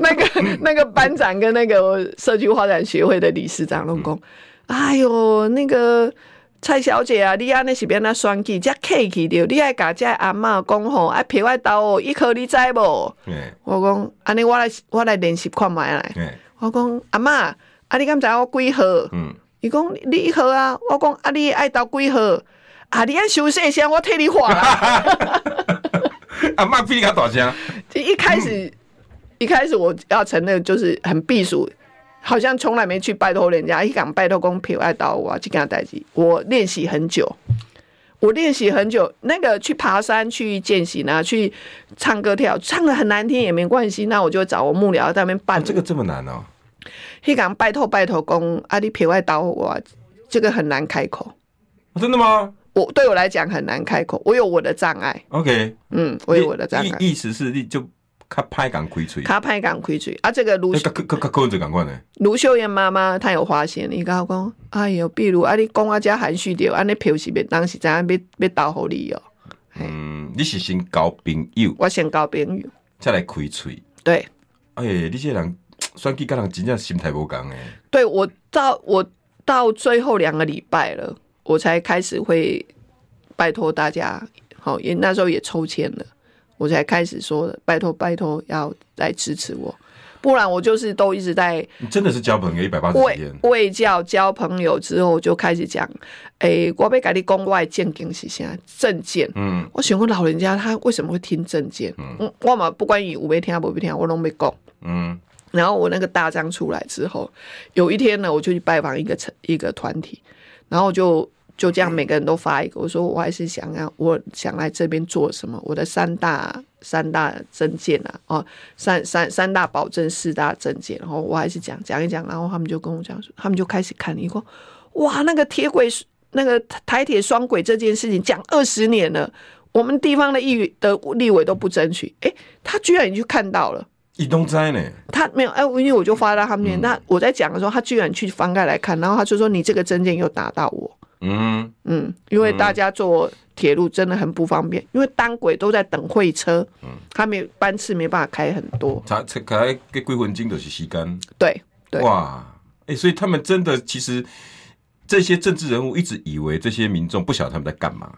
S2: 那个那个班长跟那个社区发展协会的理事长拢讲，哎哟，那个蔡小姐啊，你安尼是变那选举，才客气着，你爱甲这阿嬷讲吼，爱陪我斗哦，一颗你知无？
S1: 哎
S2: 我讲，安尼我来我来练习看卖来。
S1: 哎，
S2: 我讲阿嬷，啊你敢知我几号？
S1: 嗯，
S2: 伊讲你你号啊，我讲啊你爱斗几号？啊你爱休息一下，我替你
S1: (laughs)
S2: 画啦。
S1: 阿妈比你较大声。
S2: 就一开始、一开始我要承认就是很避暑，好像从来没去拜托人家，一讲拜托公平爱到我去跟他代际，我练习很久。我练习很久，那个去爬山、去践行啊、去唱歌跳，唱的很难听也没关系。那我就找我幕僚在那边办、
S1: 这个这么难哦。
S2: 迄讲拜托拜托公，啊，你陪我到我，这个很难开口。
S1: 真的吗
S2: 我对我来讲很难开口，我有我的障碍，
S1: ？OK，
S2: 嗯，我有我的障碍。
S1: 意意思是你就较歹讲开嘴，
S2: 卡派港开嘴啊，这个卢
S1: 较较较扣着感觉呢。
S2: 卢秀燕妈妈她有发现，伊甲我讲，哎哟，比如啊，你讲啊遮含蓄着，安尼票是要当时知影要要投互你哦。
S1: 嗯，你是先交朋友，
S2: 我先交朋友，
S1: 再来开嘴。
S2: 对
S1: 哎，你这人选举甲人真正心态无共诶。
S2: 对，我到我到最后两个礼拜了，我才开始会拜托大家，好，因为那时候也抽签了，我才开始说拜托拜托要来支持我，不然我就是都一直在
S1: 你真的是交朋友一百八十几
S2: 喂
S1: 天，
S2: 喂教交朋友之后，我就开始讲，诶、我要甲你讲我的见景是啥证件。
S1: 嗯，
S2: 我想问老人家他为什么会听证件？嗯，我嘛不管伊有没听无没听，我拢没讲。
S1: 嗯
S2: 然后我那个大章出来之后，有一天呢，我就去拜访一个成一个团体，然后就就这样每个人都发一个，我说我还是想要，我想来这边做什么？我的三大三大证件啊，哦，三三三大保证，四大证件，然后我还是讲讲一讲，然后他们就跟我讲说，他们就开始看，一个哇，那个铁轨那个台铁双轨这件事情讲二十年了，我们地方的议员的立委都不争取，诶，他居然已经看到了。
S1: 伊拢知呢。
S2: 他没有哎，因为我就发到他们那
S1: 嗯
S2: 边。那我在讲的时候，他居然去翻开来看，然后他就说：“你这个证件又打到我。
S1: 嗯，”
S2: 嗯，因为大家坐铁路真的很不方便，因为单轨都在等会车，
S1: 嗯
S2: 他没班次没办法开很多。
S1: 才才开个几分钟就是时间。
S2: 对对
S1: 哇，哎、所以他们真的其实这些政治人物一直以为这些民众不晓得他们在干嘛，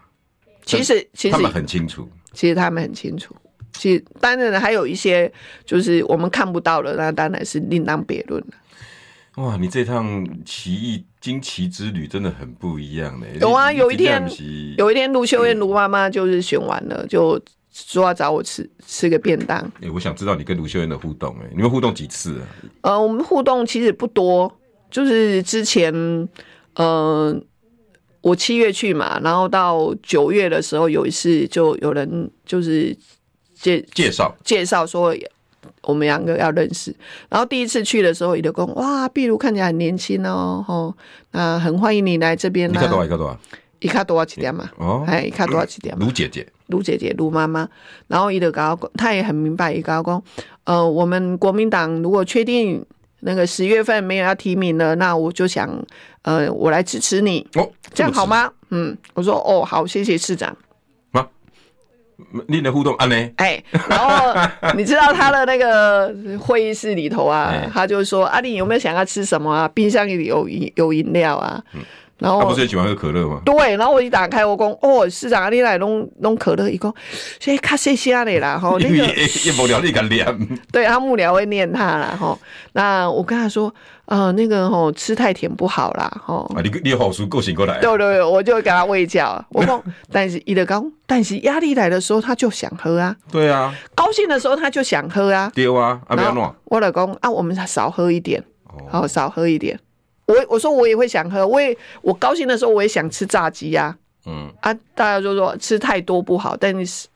S2: 其实其实
S1: 他们很清楚。
S2: 其实他们很清楚。其实当然了还有一些就是我们看不到的，那当然是另当别论了。
S1: 哇，你这趟奇异惊奇之旅真的很不一样呢。
S2: 有啊
S1: 你
S2: 有一
S1: 你
S2: 天
S1: 这样不是
S2: 有一天卢
S1: 嗯
S2: 秀燕卢妈妈就是选完了，就说要找我吃吃个便当。
S1: 哎、我想知道你跟卢秀燕的互动、哎，你们互动几次啊？
S2: 呃，我们互动其实不多，就是之前，呃，我七月去嘛，然后到九月的时候，有一次就有人就是介
S1: 介绍，
S2: 介绍说我们两个要认识，然后第一次去的时候，伊就讲哇，碧如看起来很年轻哦，吼、那很欢迎你来这边
S1: 你
S2: 啦、
S1: 看多
S4: 啊
S1: 少？你看多少？
S2: 伊卡多少几点嘛？
S1: 哦，
S2: 哎，伊卡多少几点嘛？
S1: 卢姐姐，
S2: 卢姐姐、卢妈妈，然后伊就甲我讲，她也很明白，伊甲我讲，呃，我们国民党如果确定那个十月份没有要提名了，那我就想，呃，我来支持你，
S1: 哦，
S2: 这样
S1: 么
S2: 好吗？嗯，我说哦，好，谢谢市长。
S1: 直？你的互动安呢？
S2: 哎，然后你知道他的那个会议室里头啊
S1: 哎，
S2: 他就说啊，你有没有想要吃什么啊？冰箱里有饮有饮料啊。然后
S4: 他不是也喜欢喝可乐吗？
S2: 对，然后我一打开，我讲哦，市长啊，你来弄弄可乐，一个，所以卡谢谢你啦，吼，那
S4: 因为
S2: 个
S4: 一不了你敢
S2: (laughs)
S4: 念，啊
S2: 对他幕僚会念他啦，吼，那我跟他说，呃，那个吼吃太甜不好啦，吼，
S4: 啊，你你好书够醒过来啊，
S2: 对对对，我就会给他喂教，我讲，但是伊的讲，但是压力来的时候他就想喝啊，
S4: 对啊，
S2: 高兴的时候他就想喝啊，
S4: 丢啊，啊不要
S2: 然
S4: 弄
S2: 后，我老公啊，我们少喝一点，好、
S4: 哦，
S2: 少喝一点。我我说我也会想喝，我也我高兴的时候我也想吃炸鸡呀、
S4: 嗯，
S2: 啊，大家就说吃太多不好，但是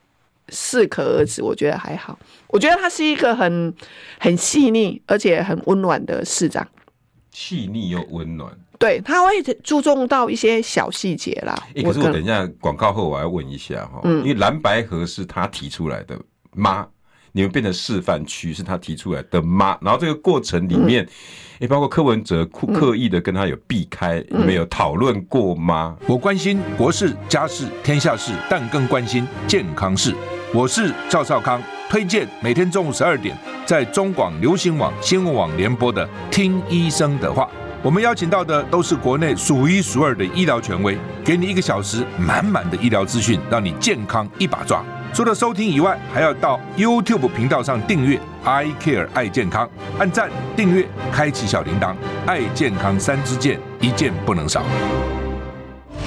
S2: 适可而止，我觉得还好。我觉得他是一个很很细腻而且很温暖的市长，
S4: 细腻又温暖。
S2: 对他会注重到一些小细节啦。
S4: 哎、可是我
S2: 能
S4: 等一下广告后我要问一下哈，
S2: 嗯
S4: 因为蓝白河是他提出来的吗？你们变成示范区是他提出来的吗？然后这个过程
S2: 嗯
S4: 里面，哎、包括柯文哲刻刻意的跟他有避开，
S2: 嗯
S4: 你们有讨论过吗？
S5: 我关心国事、家事、天下事，但更关心健康事。我是赵少康，推荐每天中午十二点在中广流行网、新闻网联播的《听医生的话》。我们邀请到的都是国内数一数二的医疗权威，给你一个小时满满的医疗资讯，让你健康一把抓。除了收听以外，还要到 YouTube 频道上订阅 “I Care 爱健康”，按赞、订阅、开启小铃铛，爱健康三支箭，一箭不能少。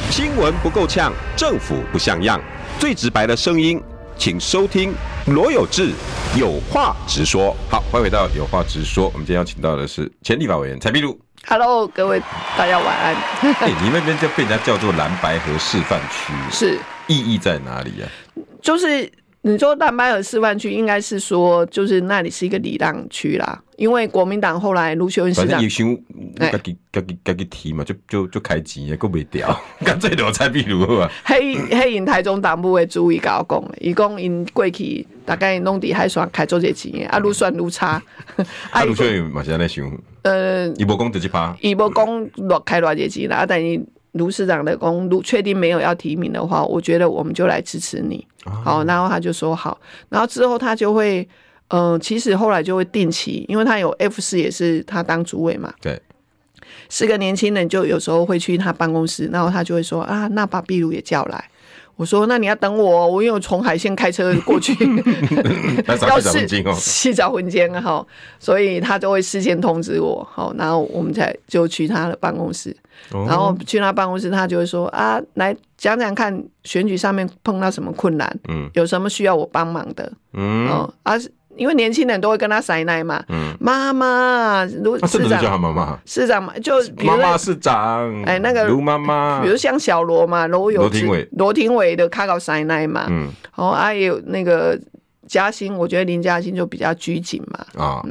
S1: 新闻不够呛，政府不像样，最直白的声音，请收听罗有志有话直说。
S4: 好，欢迎回到有话直说。我们今天邀请到的是前立法委员蔡碧如。
S2: (laughs) Hello，各位大家晚安。
S4: 哎、你们那边就被人家叫做蓝白河示范区，
S2: 是，
S4: 意义在哪里啊？
S2: 就是你说蛋白尔示范区，应该是说就是那里是一个礼让区啦，因为国民党后来卢秀燕市
S4: 反正
S2: 长
S4: 也想
S2: 哎
S4: 自己自己自己提嘛，就就就开钱也够不掉， (laughs) 干脆留蔡壁如好啊。
S2: (clears throat) 黑黑因台中党部的主委甲我讲的，伊讲因过去大概拢伫海选开做些钱的，啊愈选愈差， (laughs) 啊
S4: 啊，
S2: 伊
S4: 卢秀燕嘛是安尼想，
S2: 呃
S4: 伊无讲直接拍，
S2: 伊无讲偌开偌些钱啦，啊但是卢市长的讲，如确定没有要提名的话，我觉得我们就来支持你。好，然后他就说好，然后之后他就会，嗯、其实后来就会定期，因为他有 F 四也是他当主委嘛， (laughs)
S4: 对，
S2: 是个年轻人，就有时候会去他办公室，然后他就会说啊，那把壁炉也叫来。我说：“那你要等我哦，我因为我从海线开车
S4: (laughs)
S2: 过去，
S4: 那啥
S2: 要
S4: 不长进哦。
S2: 洗澡魂间哈，所以他就会事先通知我，好，然后我们才就去他的办公室，
S4: 哦
S2: 然后去他办公室，他就会说啊，来讲讲看选举上面碰到什么困难，
S4: 嗯
S2: 有什么需要我帮忙的，
S4: 嗯，
S2: 哦，啊，因为年轻人都会跟他塞奶嘛，
S4: 嗯啊
S2: 妈妈，如
S4: 他真的是
S2: 市
S4: 叫他
S2: 长
S4: 妈妈，
S2: 市长嘛，就比如
S4: 妈妈市长，
S2: 哎那个
S4: 卢妈妈
S2: 比，如像小罗嘛，罗
S4: 嗯
S2: 有
S4: 罗廷伟
S2: 罗廷伟的卡搞塞奶嘛，
S4: 嗯
S2: 哦，啊也有那个嘉欣，我觉得林嘉欣就比较拘谨嘛，
S4: 啊，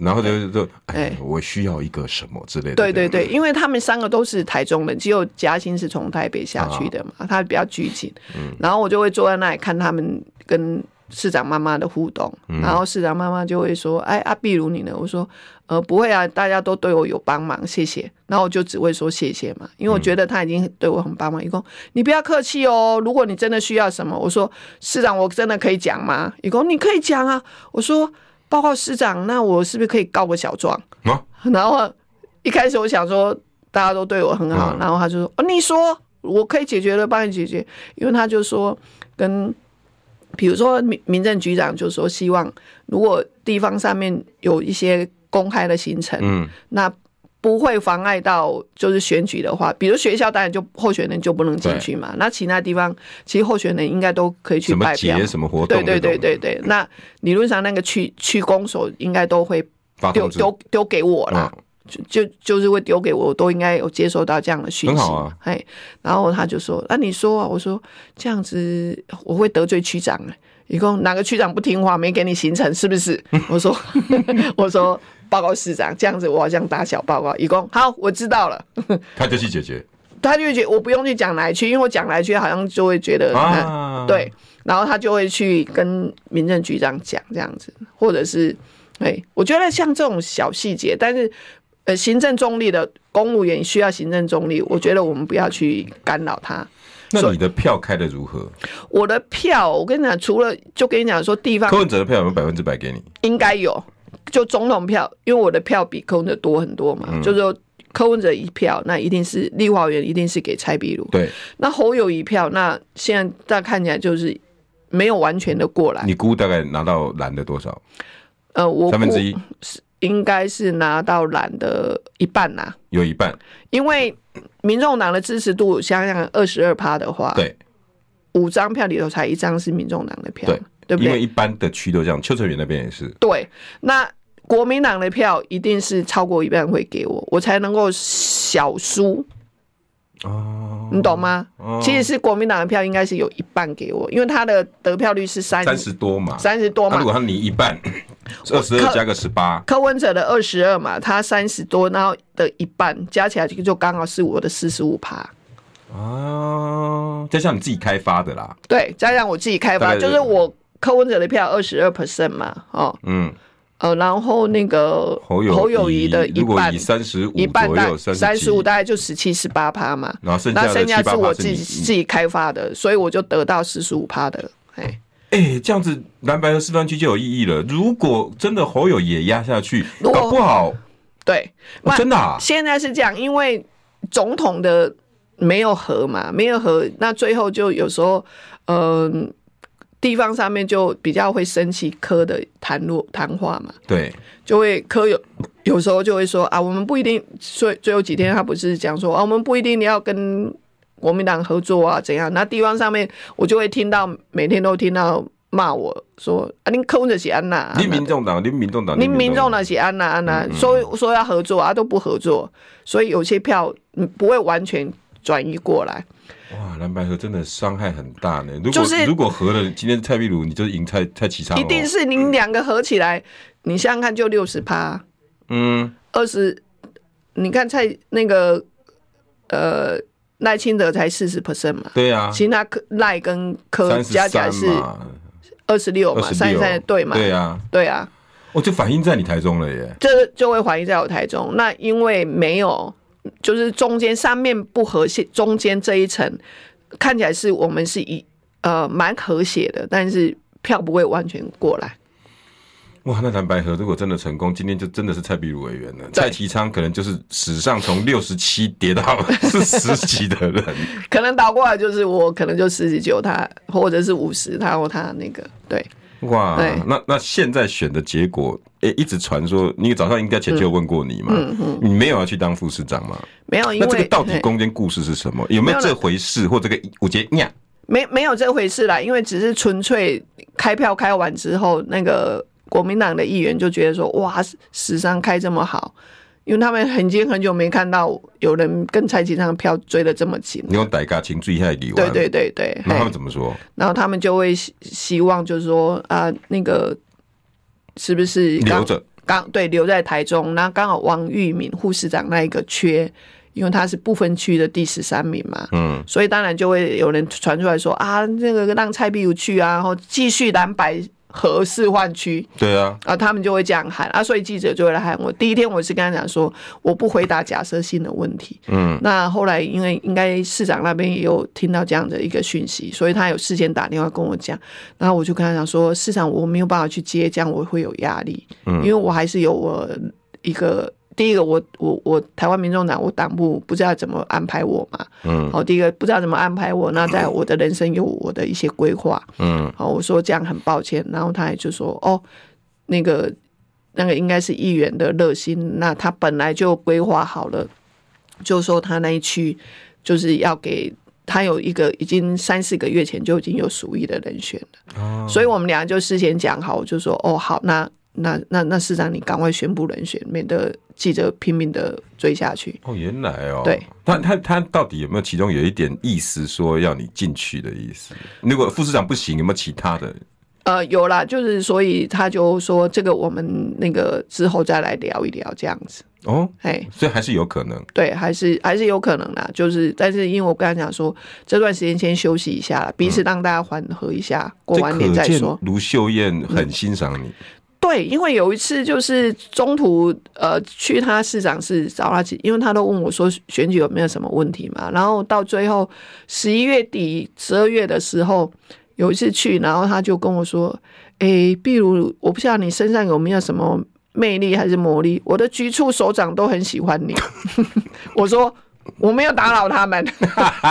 S4: 然后就就哎
S2: 嗯哎，
S4: 我需要一个什么之类的，
S2: 对对对，因为他们三个都是台中人，只有嘉欣是从台北下去的嘛，他比较拘谨。然后我就会坐在那里看他们跟市长妈妈的互动，然后市长妈妈就会说：“哎，阿碧如你呢？”我说：“呃，不会啊，大家都对我有帮忙，谢谢。”然后我就只会说谢谢嘛，因为我觉得他已经对我很帮忙。一共你不要客气哦，如果你真的需要什么，我说市长，我真的可以讲吗？一共你可以讲啊，我说。报告市长，那我是不是可以告个小状？
S4: 啊，
S2: (laughs) 然后一开始我想说大家都对我很好，
S4: 嗯
S2: 然后他就说：“哦，你说我可以解决的，帮你解决。”因为他就说跟。比如说民民政局长就说希望，如果地方上面有一些公开的行程，
S4: 嗯
S2: 那不会妨碍到就是选举的话，比如学校当然就候选人就不能进去嘛。那其他地方其实候选人应该都可以去
S4: 什么
S2: 拜票
S4: 节，什么活动
S2: 对
S4: 那种，
S2: 对对对对。那理论上那个区区公所应该都会
S4: 发
S2: 丢
S4: 通知，
S2: 丢丢给我啦，
S4: 嗯
S2: 就就就是会丢给我，我都应该有接收到这样的讯息。
S4: 很好啊
S2: 哎，然后他就说：“那、你说啊？”我说：“这样子我会得罪区长、欸。”一共哪个区长不听话，没给你行程，是不是？ (laughs) 我说，我说报告市长，这样子我好像打小报告。一共好，我知道了。
S4: 他就去解决
S2: 他就会觉得我不用去讲哪一区，因为我讲哪一区好像就会觉得、嗯
S4: 啊，
S2: 对，然后他就会去跟民政局长讲这样子，或者是，哎，我觉得像这种小细节，但是呃，行政中立的公务员需要行政中立，我觉得我们不要去干扰他。
S4: 那你的票开的如何？
S2: 我的票，我跟你讲，除了就跟你讲说地方
S4: 柯文哲的票有没有百分之百给你？
S1: 嗯
S2: 应该有，就总统票，因为我的票比柯文哲多很多嘛，就是说柯文哲一票，那一定是立法委员一定是给蔡壁如。
S1: 对
S2: 那侯友一票，那现在大家看起来就是没有完全的过来。
S1: 你估大概拿到蓝的多少？
S2: 呃，哎我
S1: 三分
S2: 估
S1: 之一
S2: 应该是拿到蓝的一半啦、
S1: 有一半，
S2: 因为民众党的支持度想想二十二趴的话，，
S1: 对
S2: 五张票里头才一张是民众党的票，
S1: 对，
S2: 对不
S1: 因为
S2: 对？
S1: 一般的区都这样，邱成远那边也是，
S2: 对，那国民党的票一定是超过一半会给我，我才能够小输，
S1: 哦，
S2: 你懂吗？
S1: 哦
S2: 其实是国民党的票应该是有一半给我，因为他的得票率是三
S1: 三十多嘛，
S2: 三十多
S1: 那
S4: 啊
S2: 嘛
S1: 如，果他你一半，二十二加个十八，
S2: 柯文哲的二十二嘛，他三十多，然后的一半加起来就就刚好是我的四十五趴。
S1: 哦，加上你自己开发的啦，
S2: 对，加上我自己开
S1: 大概
S2: 发，
S1: 是
S2: 就是我柯文哲的票二十二 percent 嘛，哦，
S1: 嗯，
S2: 呃，然后那个
S1: 侯友
S2: 谊的一
S1: 如果
S2: 半
S1: 以，三十五
S2: 一半
S1: 左
S2: 大
S1: 右，
S2: 三十
S1: 十
S2: 五大概就十七十八趴嘛，
S1: 然后剩下
S2: 那
S1: 的
S2: 剩下
S1: 7-8%
S2: 是我自
S1: 是
S2: 己
S1: 你
S2: 自己开发的，所以我就得到四十五趴的，哎，
S1: 哎、这样子蓝白和示范区就有意义了。如果真的侯友也压下去，
S2: 如果
S1: 搞不好、
S2: 对，
S1: 哦
S2: 那
S1: 真的、啊、
S2: 现在是这样，因为总统的没有和嘛，没有和，那最后就有时候，嗯、地方上面就比较会生气科的谈论谈话嘛，
S1: 对，
S2: 就会科有有时候就会说啊，我们不一定，最最后几天他不是讲说啊，我们不一定要跟国民党合作啊，怎样？那地方上面我就会听到，每天都听到骂我说啊，您抠着写安娜，安
S1: 你
S2: 娜
S1: 民众啊党，你民众嗯党，
S2: 你啊民众呢？是安娜安娜说说要合作啊，都不合作，所以有些票嗯不会完全转移过来。
S1: 哇，蓝白合真的伤害很大呢。如果、
S2: 就是
S1: 如果合了，今天蔡壁如你就赢蔡蔡启昌、哦，
S2: 一定是你两个合起来，你想想看，就六十趴，
S1: 嗯，
S2: 二十，你看蔡那个呃赖清德才四十 percent 嘛，
S1: 对啊，
S2: 其他柯赖跟柯
S1: 三
S2: 加
S1: 十
S2: 起来
S1: 三
S2: 是
S1: 嘛，
S2: 二十六嘛，
S1: 26
S2: 三十三对嘛，
S1: 对啊，
S2: 对啊，
S1: 我、就反映在你台中了耶。
S2: 这就会怀疑在我台中。那因为没有，就是中间上面不和谐，中间这一层看起来是我们是一呃蛮和谐的，但是票不会完全过来。
S1: 哇，那蓝白合如果真的成功，今天就真的是蔡壁如委员了。蔡其昌可能就是史上从六十七跌到
S2: (laughs)
S1: 四十几的人。
S2: 可能倒过来就是我，可能就四十九他，或者是五十他或他那个对。
S1: 哇
S2: 对，
S1: 那那现在选的结果，诶、一直传说，你早上应该前就有问过你嘛，你没有要去当副市长嘛？
S2: 没嗯有，因
S1: 那
S2: 为
S1: 这个到底
S2: 嘿
S1: 中间故事是什么？有没
S2: 没
S1: 有
S2: 有
S1: 这
S2: 了
S1: 回事，或这个五节呀？
S2: 没没有这回事啦，因为只是纯粹开票开完之后，那个国民党的议员就觉得说，哇，史上开这么好，因为他们很已经很久没看到有人跟蔡其昌的票追得这么紧。
S1: 你用代价请注意一下理
S2: 对
S1: 完，
S2: 对对对，
S1: 啊那他
S2: 嘿
S1: 们怎么说？
S2: 然后他们就会希希望就是说啊，那个是不是刚
S1: 留着
S2: 刚对留在台中？那刚好王玉敏护士长那一个缺，因为他是不分区的第十三名嘛，
S1: 嗯，
S2: 所以当然就会有人传出来说啊，那个让蔡壁如去啊，然后继续蓝白合示换区。
S1: 对啊，
S2: 啊，他们就会这样喊啊，所以记者就会来喊我。第一天我是跟他讲说，我不回答假设性的问题。嗯，那后来因为应该市长那边也有听到这样的一个讯息，所以他有事先打电话跟我讲，然后我就跟他讲说，市长我没有办法去接，这样我会有压力，嗯，因为我还是有我一个。第一个，我我我台湾民众党，我党部不知道怎么安排我嘛，嗯，好，第一个不知道怎么安排我，那在我的人生有我的一些规划，
S1: 嗯，
S2: 好，我说这样很抱歉，然后他也就说，哦，那个那个应该是议员的热心，那他本来就规划好了，就说他那一区就是要给他有一个已经三四个月前就已经有属意的人选了，所以我们俩就事先讲好，我就说哦好，那那那那市长你赶快宣布人选，免得记者拼命的追下去。
S1: 哦，原来哦，
S2: 对，
S1: 他他他到底有没有其中有一点意思，说要你进去的意思？如果副市长不行，有没有其他的？
S2: 呃，有啦，就是所以他就说这个我们那个之后再来聊一聊这样子，
S1: 哦，
S2: 哎，
S1: 所以还是有可能。
S2: 对，还是还是有可能啦。就是，但是因为我跟他讲说，这段时间先休息一下啦，彼此让大家缓和一下，
S1: 嗯
S2: 过
S1: 这
S2: 完年
S1: 可
S2: 再
S1: 见
S2: 说。嗯
S1: 卢秀燕很欣赏你， (laughs)
S2: 对，因为有一次就是中途呃去他市长室找他去，因为他都问我说选举有没有什么问题嘛，然后到最后十一月底十二月的时候，有一次去，然后他就跟我说：“诶，比如我不知道你身上有没有什么魅力还是魔力？我的局处首长都很喜欢你。 (laughs) 我说我没有打扰他们， (laughs)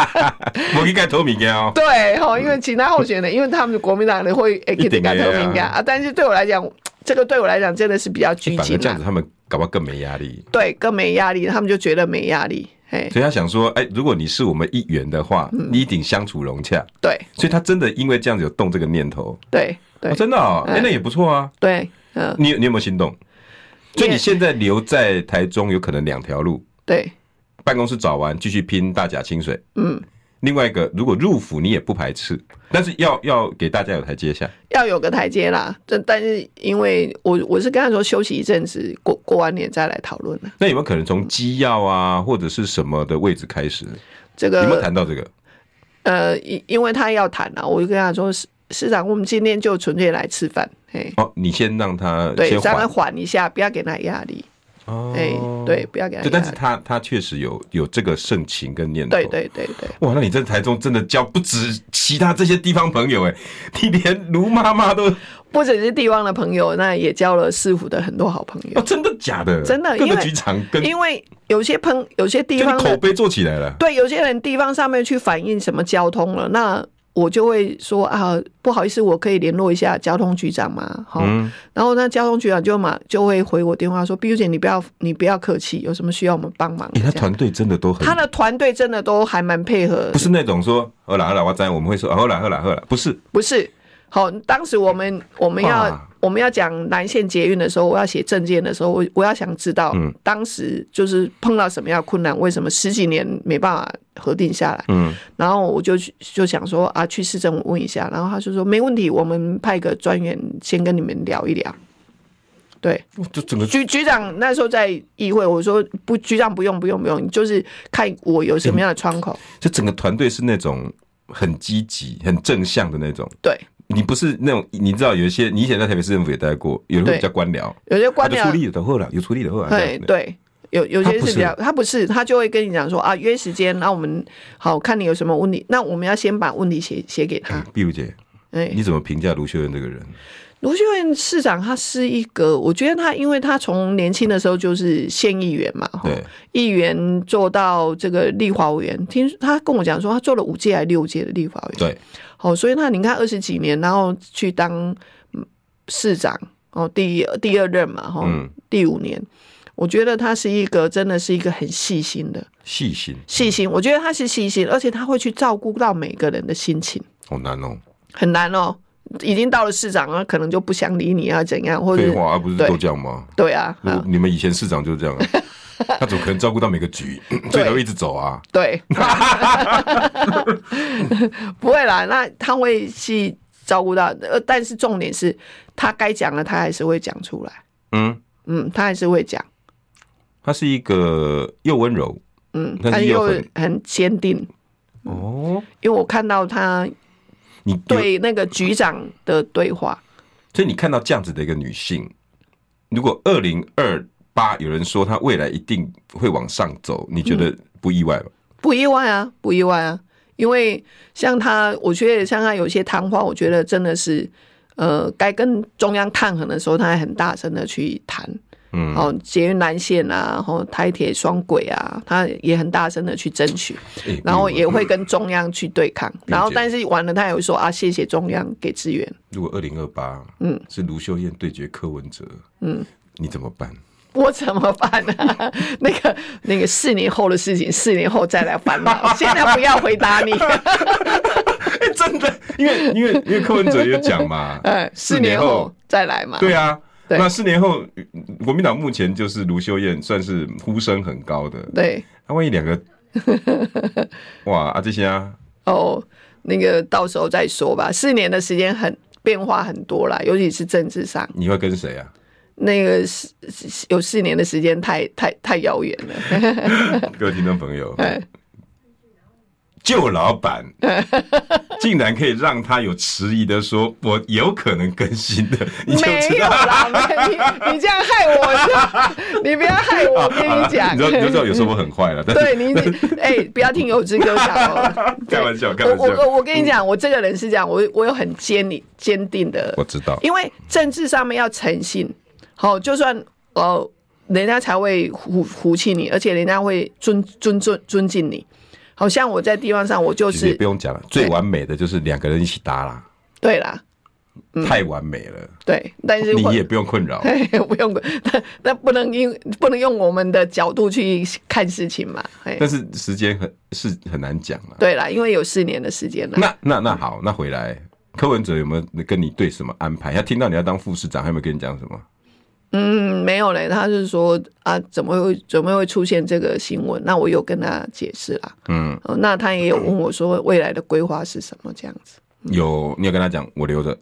S1: 我应该投明天哦。
S2: 对哈，因为其他候选人，因为他们国民党人会诶，给
S1: 一定
S2: 感
S1: 的
S2: 特
S1: 呀哎
S2: 敏感啊，但是对我来讲，这个对我来讲真的是比较拘
S1: 反而
S2: 谨
S1: 这
S2: 啦
S1: 样子，，他们搞不好更没压力。
S2: 对，更没压力，他们就觉得没压力，嘿，
S1: 所以他想说，哎，如果你是我们一员的话，
S2: 嗯
S1: 你一定相处融洽。
S2: 对
S1: 所以他真的因为这样子有动这个念头，
S2: 对对
S1: 哦真的哦，哎，那也不错啊。
S2: 对，嗯，
S1: 你有你有没有心动？所以你现在留在台中有可能两条路，
S2: 对，
S1: 办公室找完继续拼大甲清水，
S2: 嗯，
S1: 另外一个如果入府你也不排斥，但是要要给大家有台阶下。
S2: 要有个台阶啦。但但是因为我我是跟他说休息一阵子，过过完年再来讨论了。
S1: 那有没有可能从机要啊或者是什么的位置开始？
S2: 这
S1: 有
S2: 个
S1: 没有谈到这个？
S2: 呃，因因为他要谈啊，我就跟他说市市长，我们今天就纯粹来吃饭，嘿，
S1: 哦，你先让他
S2: 对，
S1: 先
S2: 稍微
S1: 缓，
S2: 缓一下，不要给他压力，
S1: 哦
S2: 哎、对，，不要给他
S1: 对，但
S2: 压
S1: 是
S2: 力，
S1: 他他确实有有这个盛情跟念头，
S2: 对对对对。
S1: 哇，那你在台中真的交不止其他这些地方朋友哎、你连卢妈妈都
S2: 不只是地方的朋友，那也交了市府的很多好朋
S1: 哦，
S2: 友，
S1: 真的假的？
S2: 真的
S1: 各
S2: 因
S1: 个
S2: 为
S1: 局长 (laughs) 跟
S2: 因为有些朋有些地
S1: 跟
S2: 方
S1: 你口
S2: 的
S1: 碑做起来了。
S2: 对有些人地方上面去反映什么交通了，那我就会说啊，不好意思，我可以联络一下交通局长吗？好、
S1: 嗯，
S2: 然后那交通局长就马就会回我电话说，碧如姐，你不要你不要客气，有什么需要我们帮忙的
S1: 哎、
S2: 这
S1: 他
S2: 样。
S1: 团队真的都很，
S2: 他的团队真的都还蛮配合，
S1: 不是那种说好啦好啦，我在我们会说哦好啦好啦好啦，不是
S2: 不是，好，当时我们我们要
S1: 哇
S2: 我们要讲南线捷运的时候，我要写证件的时候，我我要想知道，
S1: 嗯
S2: 当时就是碰到什么样的困难，为什么十几年没办法核定下来？
S1: 嗯，
S2: 然后我就去就想说啊，去市政府问一下，然后他就说没问题，我们派个专员先跟你们聊一聊。对，
S1: 就整个
S2: 局局长那时候在议会，我说不，局长不用不用不用，你就是看我有什么样的窗
S1: (laughs)
S2: 口。
S1: 就整个团队是那种很积极、很正向的那种。
S2: 对，
S1: 你不是那种，你知道有一些，你以前在台北市政府也待过，有人会
S2: 对
S1: 比较官僚，
S2: 有些官
S1: 啊就
S2: 僚
S1: 出力的后了，有出力的后了。这
S2: 对
S1: 样子，
S2: 对，有有
S1: 他
S2: 些
S1: 不
S2: 是
S1: 是
S2: 比较，他不是，他就会跟你讲说啊，约时间，那我们好看你有什么问题，那我们要先把问题写写给他
S1: 哎。碧如姐，
S2: 哎
S1: 你，怎么评价卢秀燕这个人？
S2: 卢秀燕市长他是一个，我觉得他因为他从年轻的时候就是县议员嘛，哈
S1: 对，
S2: 议员做到这个立法委员，听他跟我讲说他做了五届还六届的立法委员，
S1: 对，
S2: 哦，所以那你看二十几年，然后去当嗯市长，哦，第第二任嘛，哈、
S1: 嗯
S2: 第五年，我觉得他是一个真的是一个很细心的
S1: 细心，
S2: 细心，我觉得他是细心，而且他会去照顾到每个人的心情，
S1: 好难哦，
S2: 很难哦。已经到了市长啊，可能就不想理你啊，怎样，或者
S1: 废话，啊、不是
S2: 对
S1: 都这样吗？
S2: 对啊，
S1: 如
S2: 啊
S1: 你们以前市长就这样、
S2: (laughs)
S1: 啊，他怎么可能照顾到每个局？所以才会一直走啊。
S2: 对， (laughs) 不会啦，那他会去照顾到，呃，但是重点是他该讲的他还是会讲出来，
S1: 嗯，
S2: 嗯，他还是会讲。
S1: 他是一个又温柔
S2: 嗯，
S1: 但
S2: 但
S1: 是
S2: 是
S1: 又
S2: 又
S1: 很
S2: 很坚定，
S1: 哦，
S2: 因为我看到他
S1: 你对，
S2: 对那个局长的对话，
S1: 所以你看到这样子的一个女性，如果二零二八有人说她未来一定会往上走，你觉
S2: 嗯
S1: 得不意外吗？
S2: 不意外啊，不意外啊，因为像他，我觉得像他有些谈话，我觉得真的是，呃，该跟中央抗衡的时候，他还很大声的去谈，
S1: 嗯，
S2: 哦，捷运南线啊，然后台铁双轨啊，他也很大声的去争取，
S1: 哎
S2: 嗯然后
S1: 比如
S2: 也会跟中央去对抗，然后
S1: 理解
S2: 但是完了，他也会说啊，谢谢中央给支援，
S1: 如果二零二八，嗯
S2: 嗯，
S1: 是卢秀燕对决柯文哲，嗯，你怎么
S2: (laughs)
S1: 办？
S2: 我怎么办呢、 (laughs) 那个那个四年后的事情，四年后再来烦
S1: (laughs)
S2: 恼。现在不要回答你，，
S1: 哎，真的，因为因为因为柯文哲也讲嘛
S2: (laughs) 呃，四年后再来嘛。
S1: 对啊，
S2: 对
S1: 那四年后，嗯国民党目前就是卢秀燕算是呼声很高的。
S2: 对
S1: 那、万一
S2: (laughs)
S1: 两个，哇啊这些啊，
S2: 哦，那个到时候再说吧。四年的时间很变化很多啦，尤其是政治上，
S1: 你会跟谁啊？
S2: 那个是是有四年的时间太太太遥远了。
S1: 各位听众朋友
S2: 哎，
S1: 旧老板 (laughs) 竟然可以让他有迟疑的说，我有可能更新
S2: (laughs)
S1: 的，你就
S2: 没
S1: 知
S2: 有
S1: 道。
S2: 啦， (laughs) 没你你这样害我， (laughs) 你不要害我，我跟
S1: 啊
S2: 你讲。
S1: 你知道，你知道有时候我很坏了，但是
S2: (laughs) 对你，你哎、不要听有志哥讲哦
S1: (laughs) 。开玩笑
S2: 对
S1: 开玩笑
S2: 我我我跟你讲，我这个人是这样，我我有很坚定坚定的，
S1: 我知道，
S2: 因为政治上面要诚信。好，就算呃，人家才会服服气你，而且人家会尊尊尊尊敬你。好像我在地方上，我就
S1: 其实也
S2: 是
S1: 不用讲了，最完美的就是两个人一起搭啦，
S2: 对啦，
S1: 太完美了，
S2: 对，但是
S1: 你
S2: 嗯我
S1: 也不用困扰。
S2: 嘿嘿 (laughs) 不用，那那不能用不能用我们的角度去看事情嘛。嘿
S1: 但是时间很是很难讲了。
S2: 对啦，因为有四年的时间了。
S1: 那那那好，那回来柯文哲有没有跟你对什么安排？他听到你要当副市长，还有没有跟你讲什么？
S2: 嗯，没有嘞，他是说啊，怎么会怎么会出现这个新闻？那我有跟他解释啦。
S1: 嗯，
S2: 哦，那他也有问我说未来的规划是什么这样子，
S1: 有你有跟他讲我留着，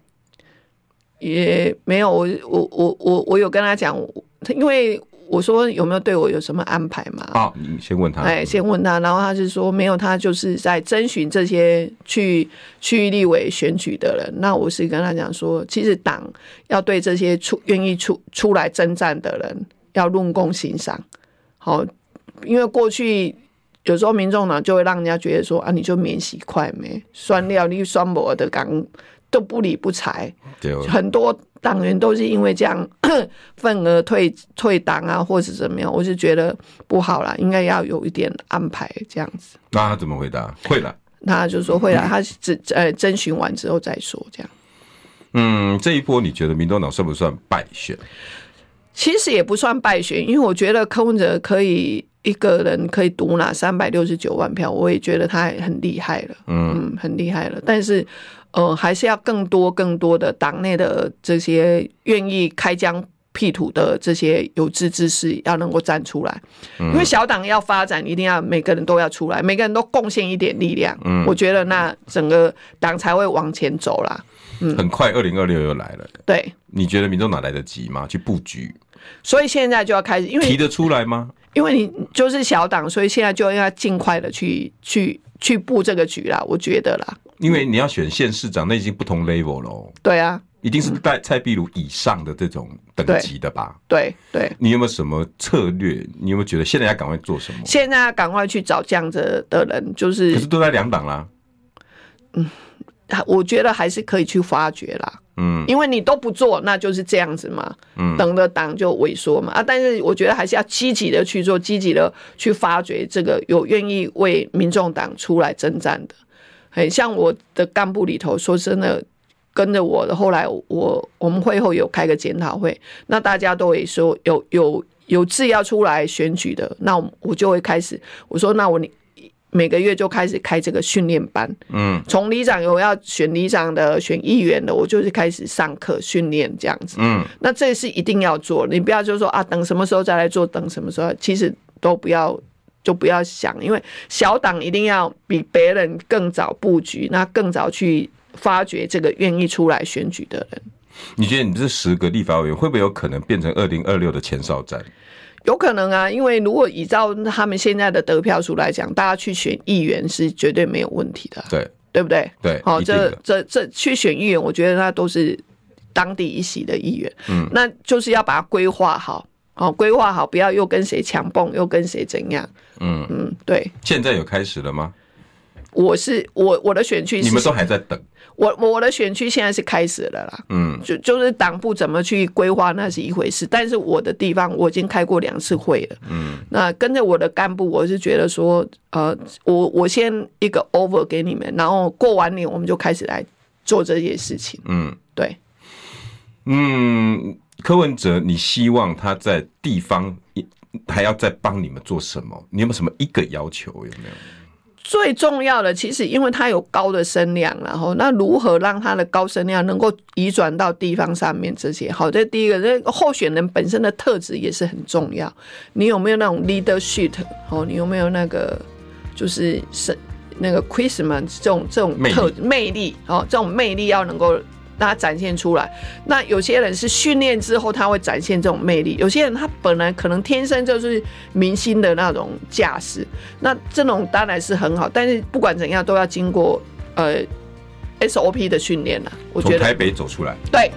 S2: 也没有我我我我我有跟他讲，我因为我说有没有对我有什么安排嘛？
S1: 好，哦你先问他。
S2: 哎，先问他，然后他是说没有，他就是在征询这些去区域立委选举的人。那我是跟他讲说，其实党要对这些出愿意出出来征战的人，要论功行赏。好，因为过去有时候民众党就会让人家觉得说啊，你就免洗快没酸料，你酸磨的讲都不理不睬。
S1: 对，
S2: 很多党员都是因为这样 (coughs) 份额退退党啊，或者怎么样，我是觉得不好啦，应该要有一点安排这样子。
S1: 那他怎么回答？会了。
S2: 他就说会啦，他只呃征询完之后再说这样。
S1: 嗯，这一波你觉得民众党算不算败选？
S2: 其实也不算败选，因为我觉得柯文哲可以一个人可以独拿三百六十九万票，我也觉得他很厉害了，嗯很厉害了。但是，呃，还是要更多更多的党内的这些愿意开疆辟土的这些有志之士要能够站出来，因为小党要发展，一定要每个人都要出来，每个人都贡献一点力量，嗯，我觉得那整个党才会往前走啦。
S1: 很快二零二六又来了，
S2: 对，
S1: 你觉得民众党来得及吗？去布局
S2: 所以现在就要开始，因为
S1: 提得出来吗？
S2: 因为你就是小党，所以现在就要尽快的去去去布这个局啦，我觉得啦，
S1: 因为你要选县市长，那已经不同 level 喽，
S2: 对啊，
S1: 一定是在蔡壁如以上的这种等级的吧？
S2: 对对，
S1: 你有没有什么策略？你有没有觉得现在要赶快做什么？
S2: 现在要赶快去找这样子的人，就
S1: 可
S2: 是
S1: 是都在两党啦，
S2: 我觉得还是可以去发掘啦，
S1: 嗯，
S2: 因为你都不做，那就是这样子嘛，
S1: 嗯
S2: 等着党就萎缩嘛啊，但是我觉得还是要积极的去做，积极的去发掘这个有愿意为民众党出来征战的，很像我的干部里头，说真的，跟着我的，后来我我们会后有开个检讨会，那大家都会说有有有志要出来选举的，那我我就会开始，我说那我你。每个月就开始开这个训练班，
S1: 嗯
S2: 从里长有要选里长的、选议员的，我就是开始上课训练这样子。
S1: 嗯，
S2: 那这是一定要做，你不要就说啊，等什么时候再来做，等什么时候，其实都不要，就不要想，因为小党一定要比别人更早布局，那更早去发掘这个愿意出来选举的人。
S1: 你觉得你这十个立法委员会不会有可能变成二零二六的前哨战？
S2: 有可能啊，因为如果依照他们现在的得票数来讲，大家去选议员是绝对没有问题的啊，
S1: 对
S2: 对不对？
S1: 对，
S2: 好、
S1: 一定
S2: 这
S1: 的。
S2: 这这去选议员，我觉得那都是当地一席的议员，嗯，那就是要把它规划好，好、规划好，不要又跟谁强蹦，又跟谁怎样，
S1: 嗯
S2: 嗯，对，
S1: 现在有开始了吗？
S2: 我是我我的选区
S1: 你
S2: 是
S1: 们，都还在等，
S2: 我我的选区现在是开始了啦，
S1: 嗯，
S2: 就就是党部怎么去规划那是一回事，但是我的地方我已经开过两次会了，嗯，那跟着我的干部，我是觉得说，呃，我我先一个 over 给你们，然后过完年我们就开始来做这些事情，
S1: 嗯
S2: 对。
S1: 嗯，柯文哲，你希望他在地方还要再帮你们做什么？你有没有什么一个要求？有没有？
S2: 最重要的，其实因为它有高的声量，然后那如何让它的高声量能够移转到地方上面这些？好，这第一个，这个候选人本身的特质也是很重要。你有没有那种 leadership？哦，你有没有那个就是是那个 charisma 这种这种特魅力？哦，这种魅力要能够。让它展现出来。那有些人是训练之后他会展现这种魅力，有些人他本来可能天生就是明星的那种架势，那这种当然是很好，但是不管怎样都要经过呃 SOP 的训练啦。我觉
S1: 从台
S2: 得
S1: 北走出来，
S2: 对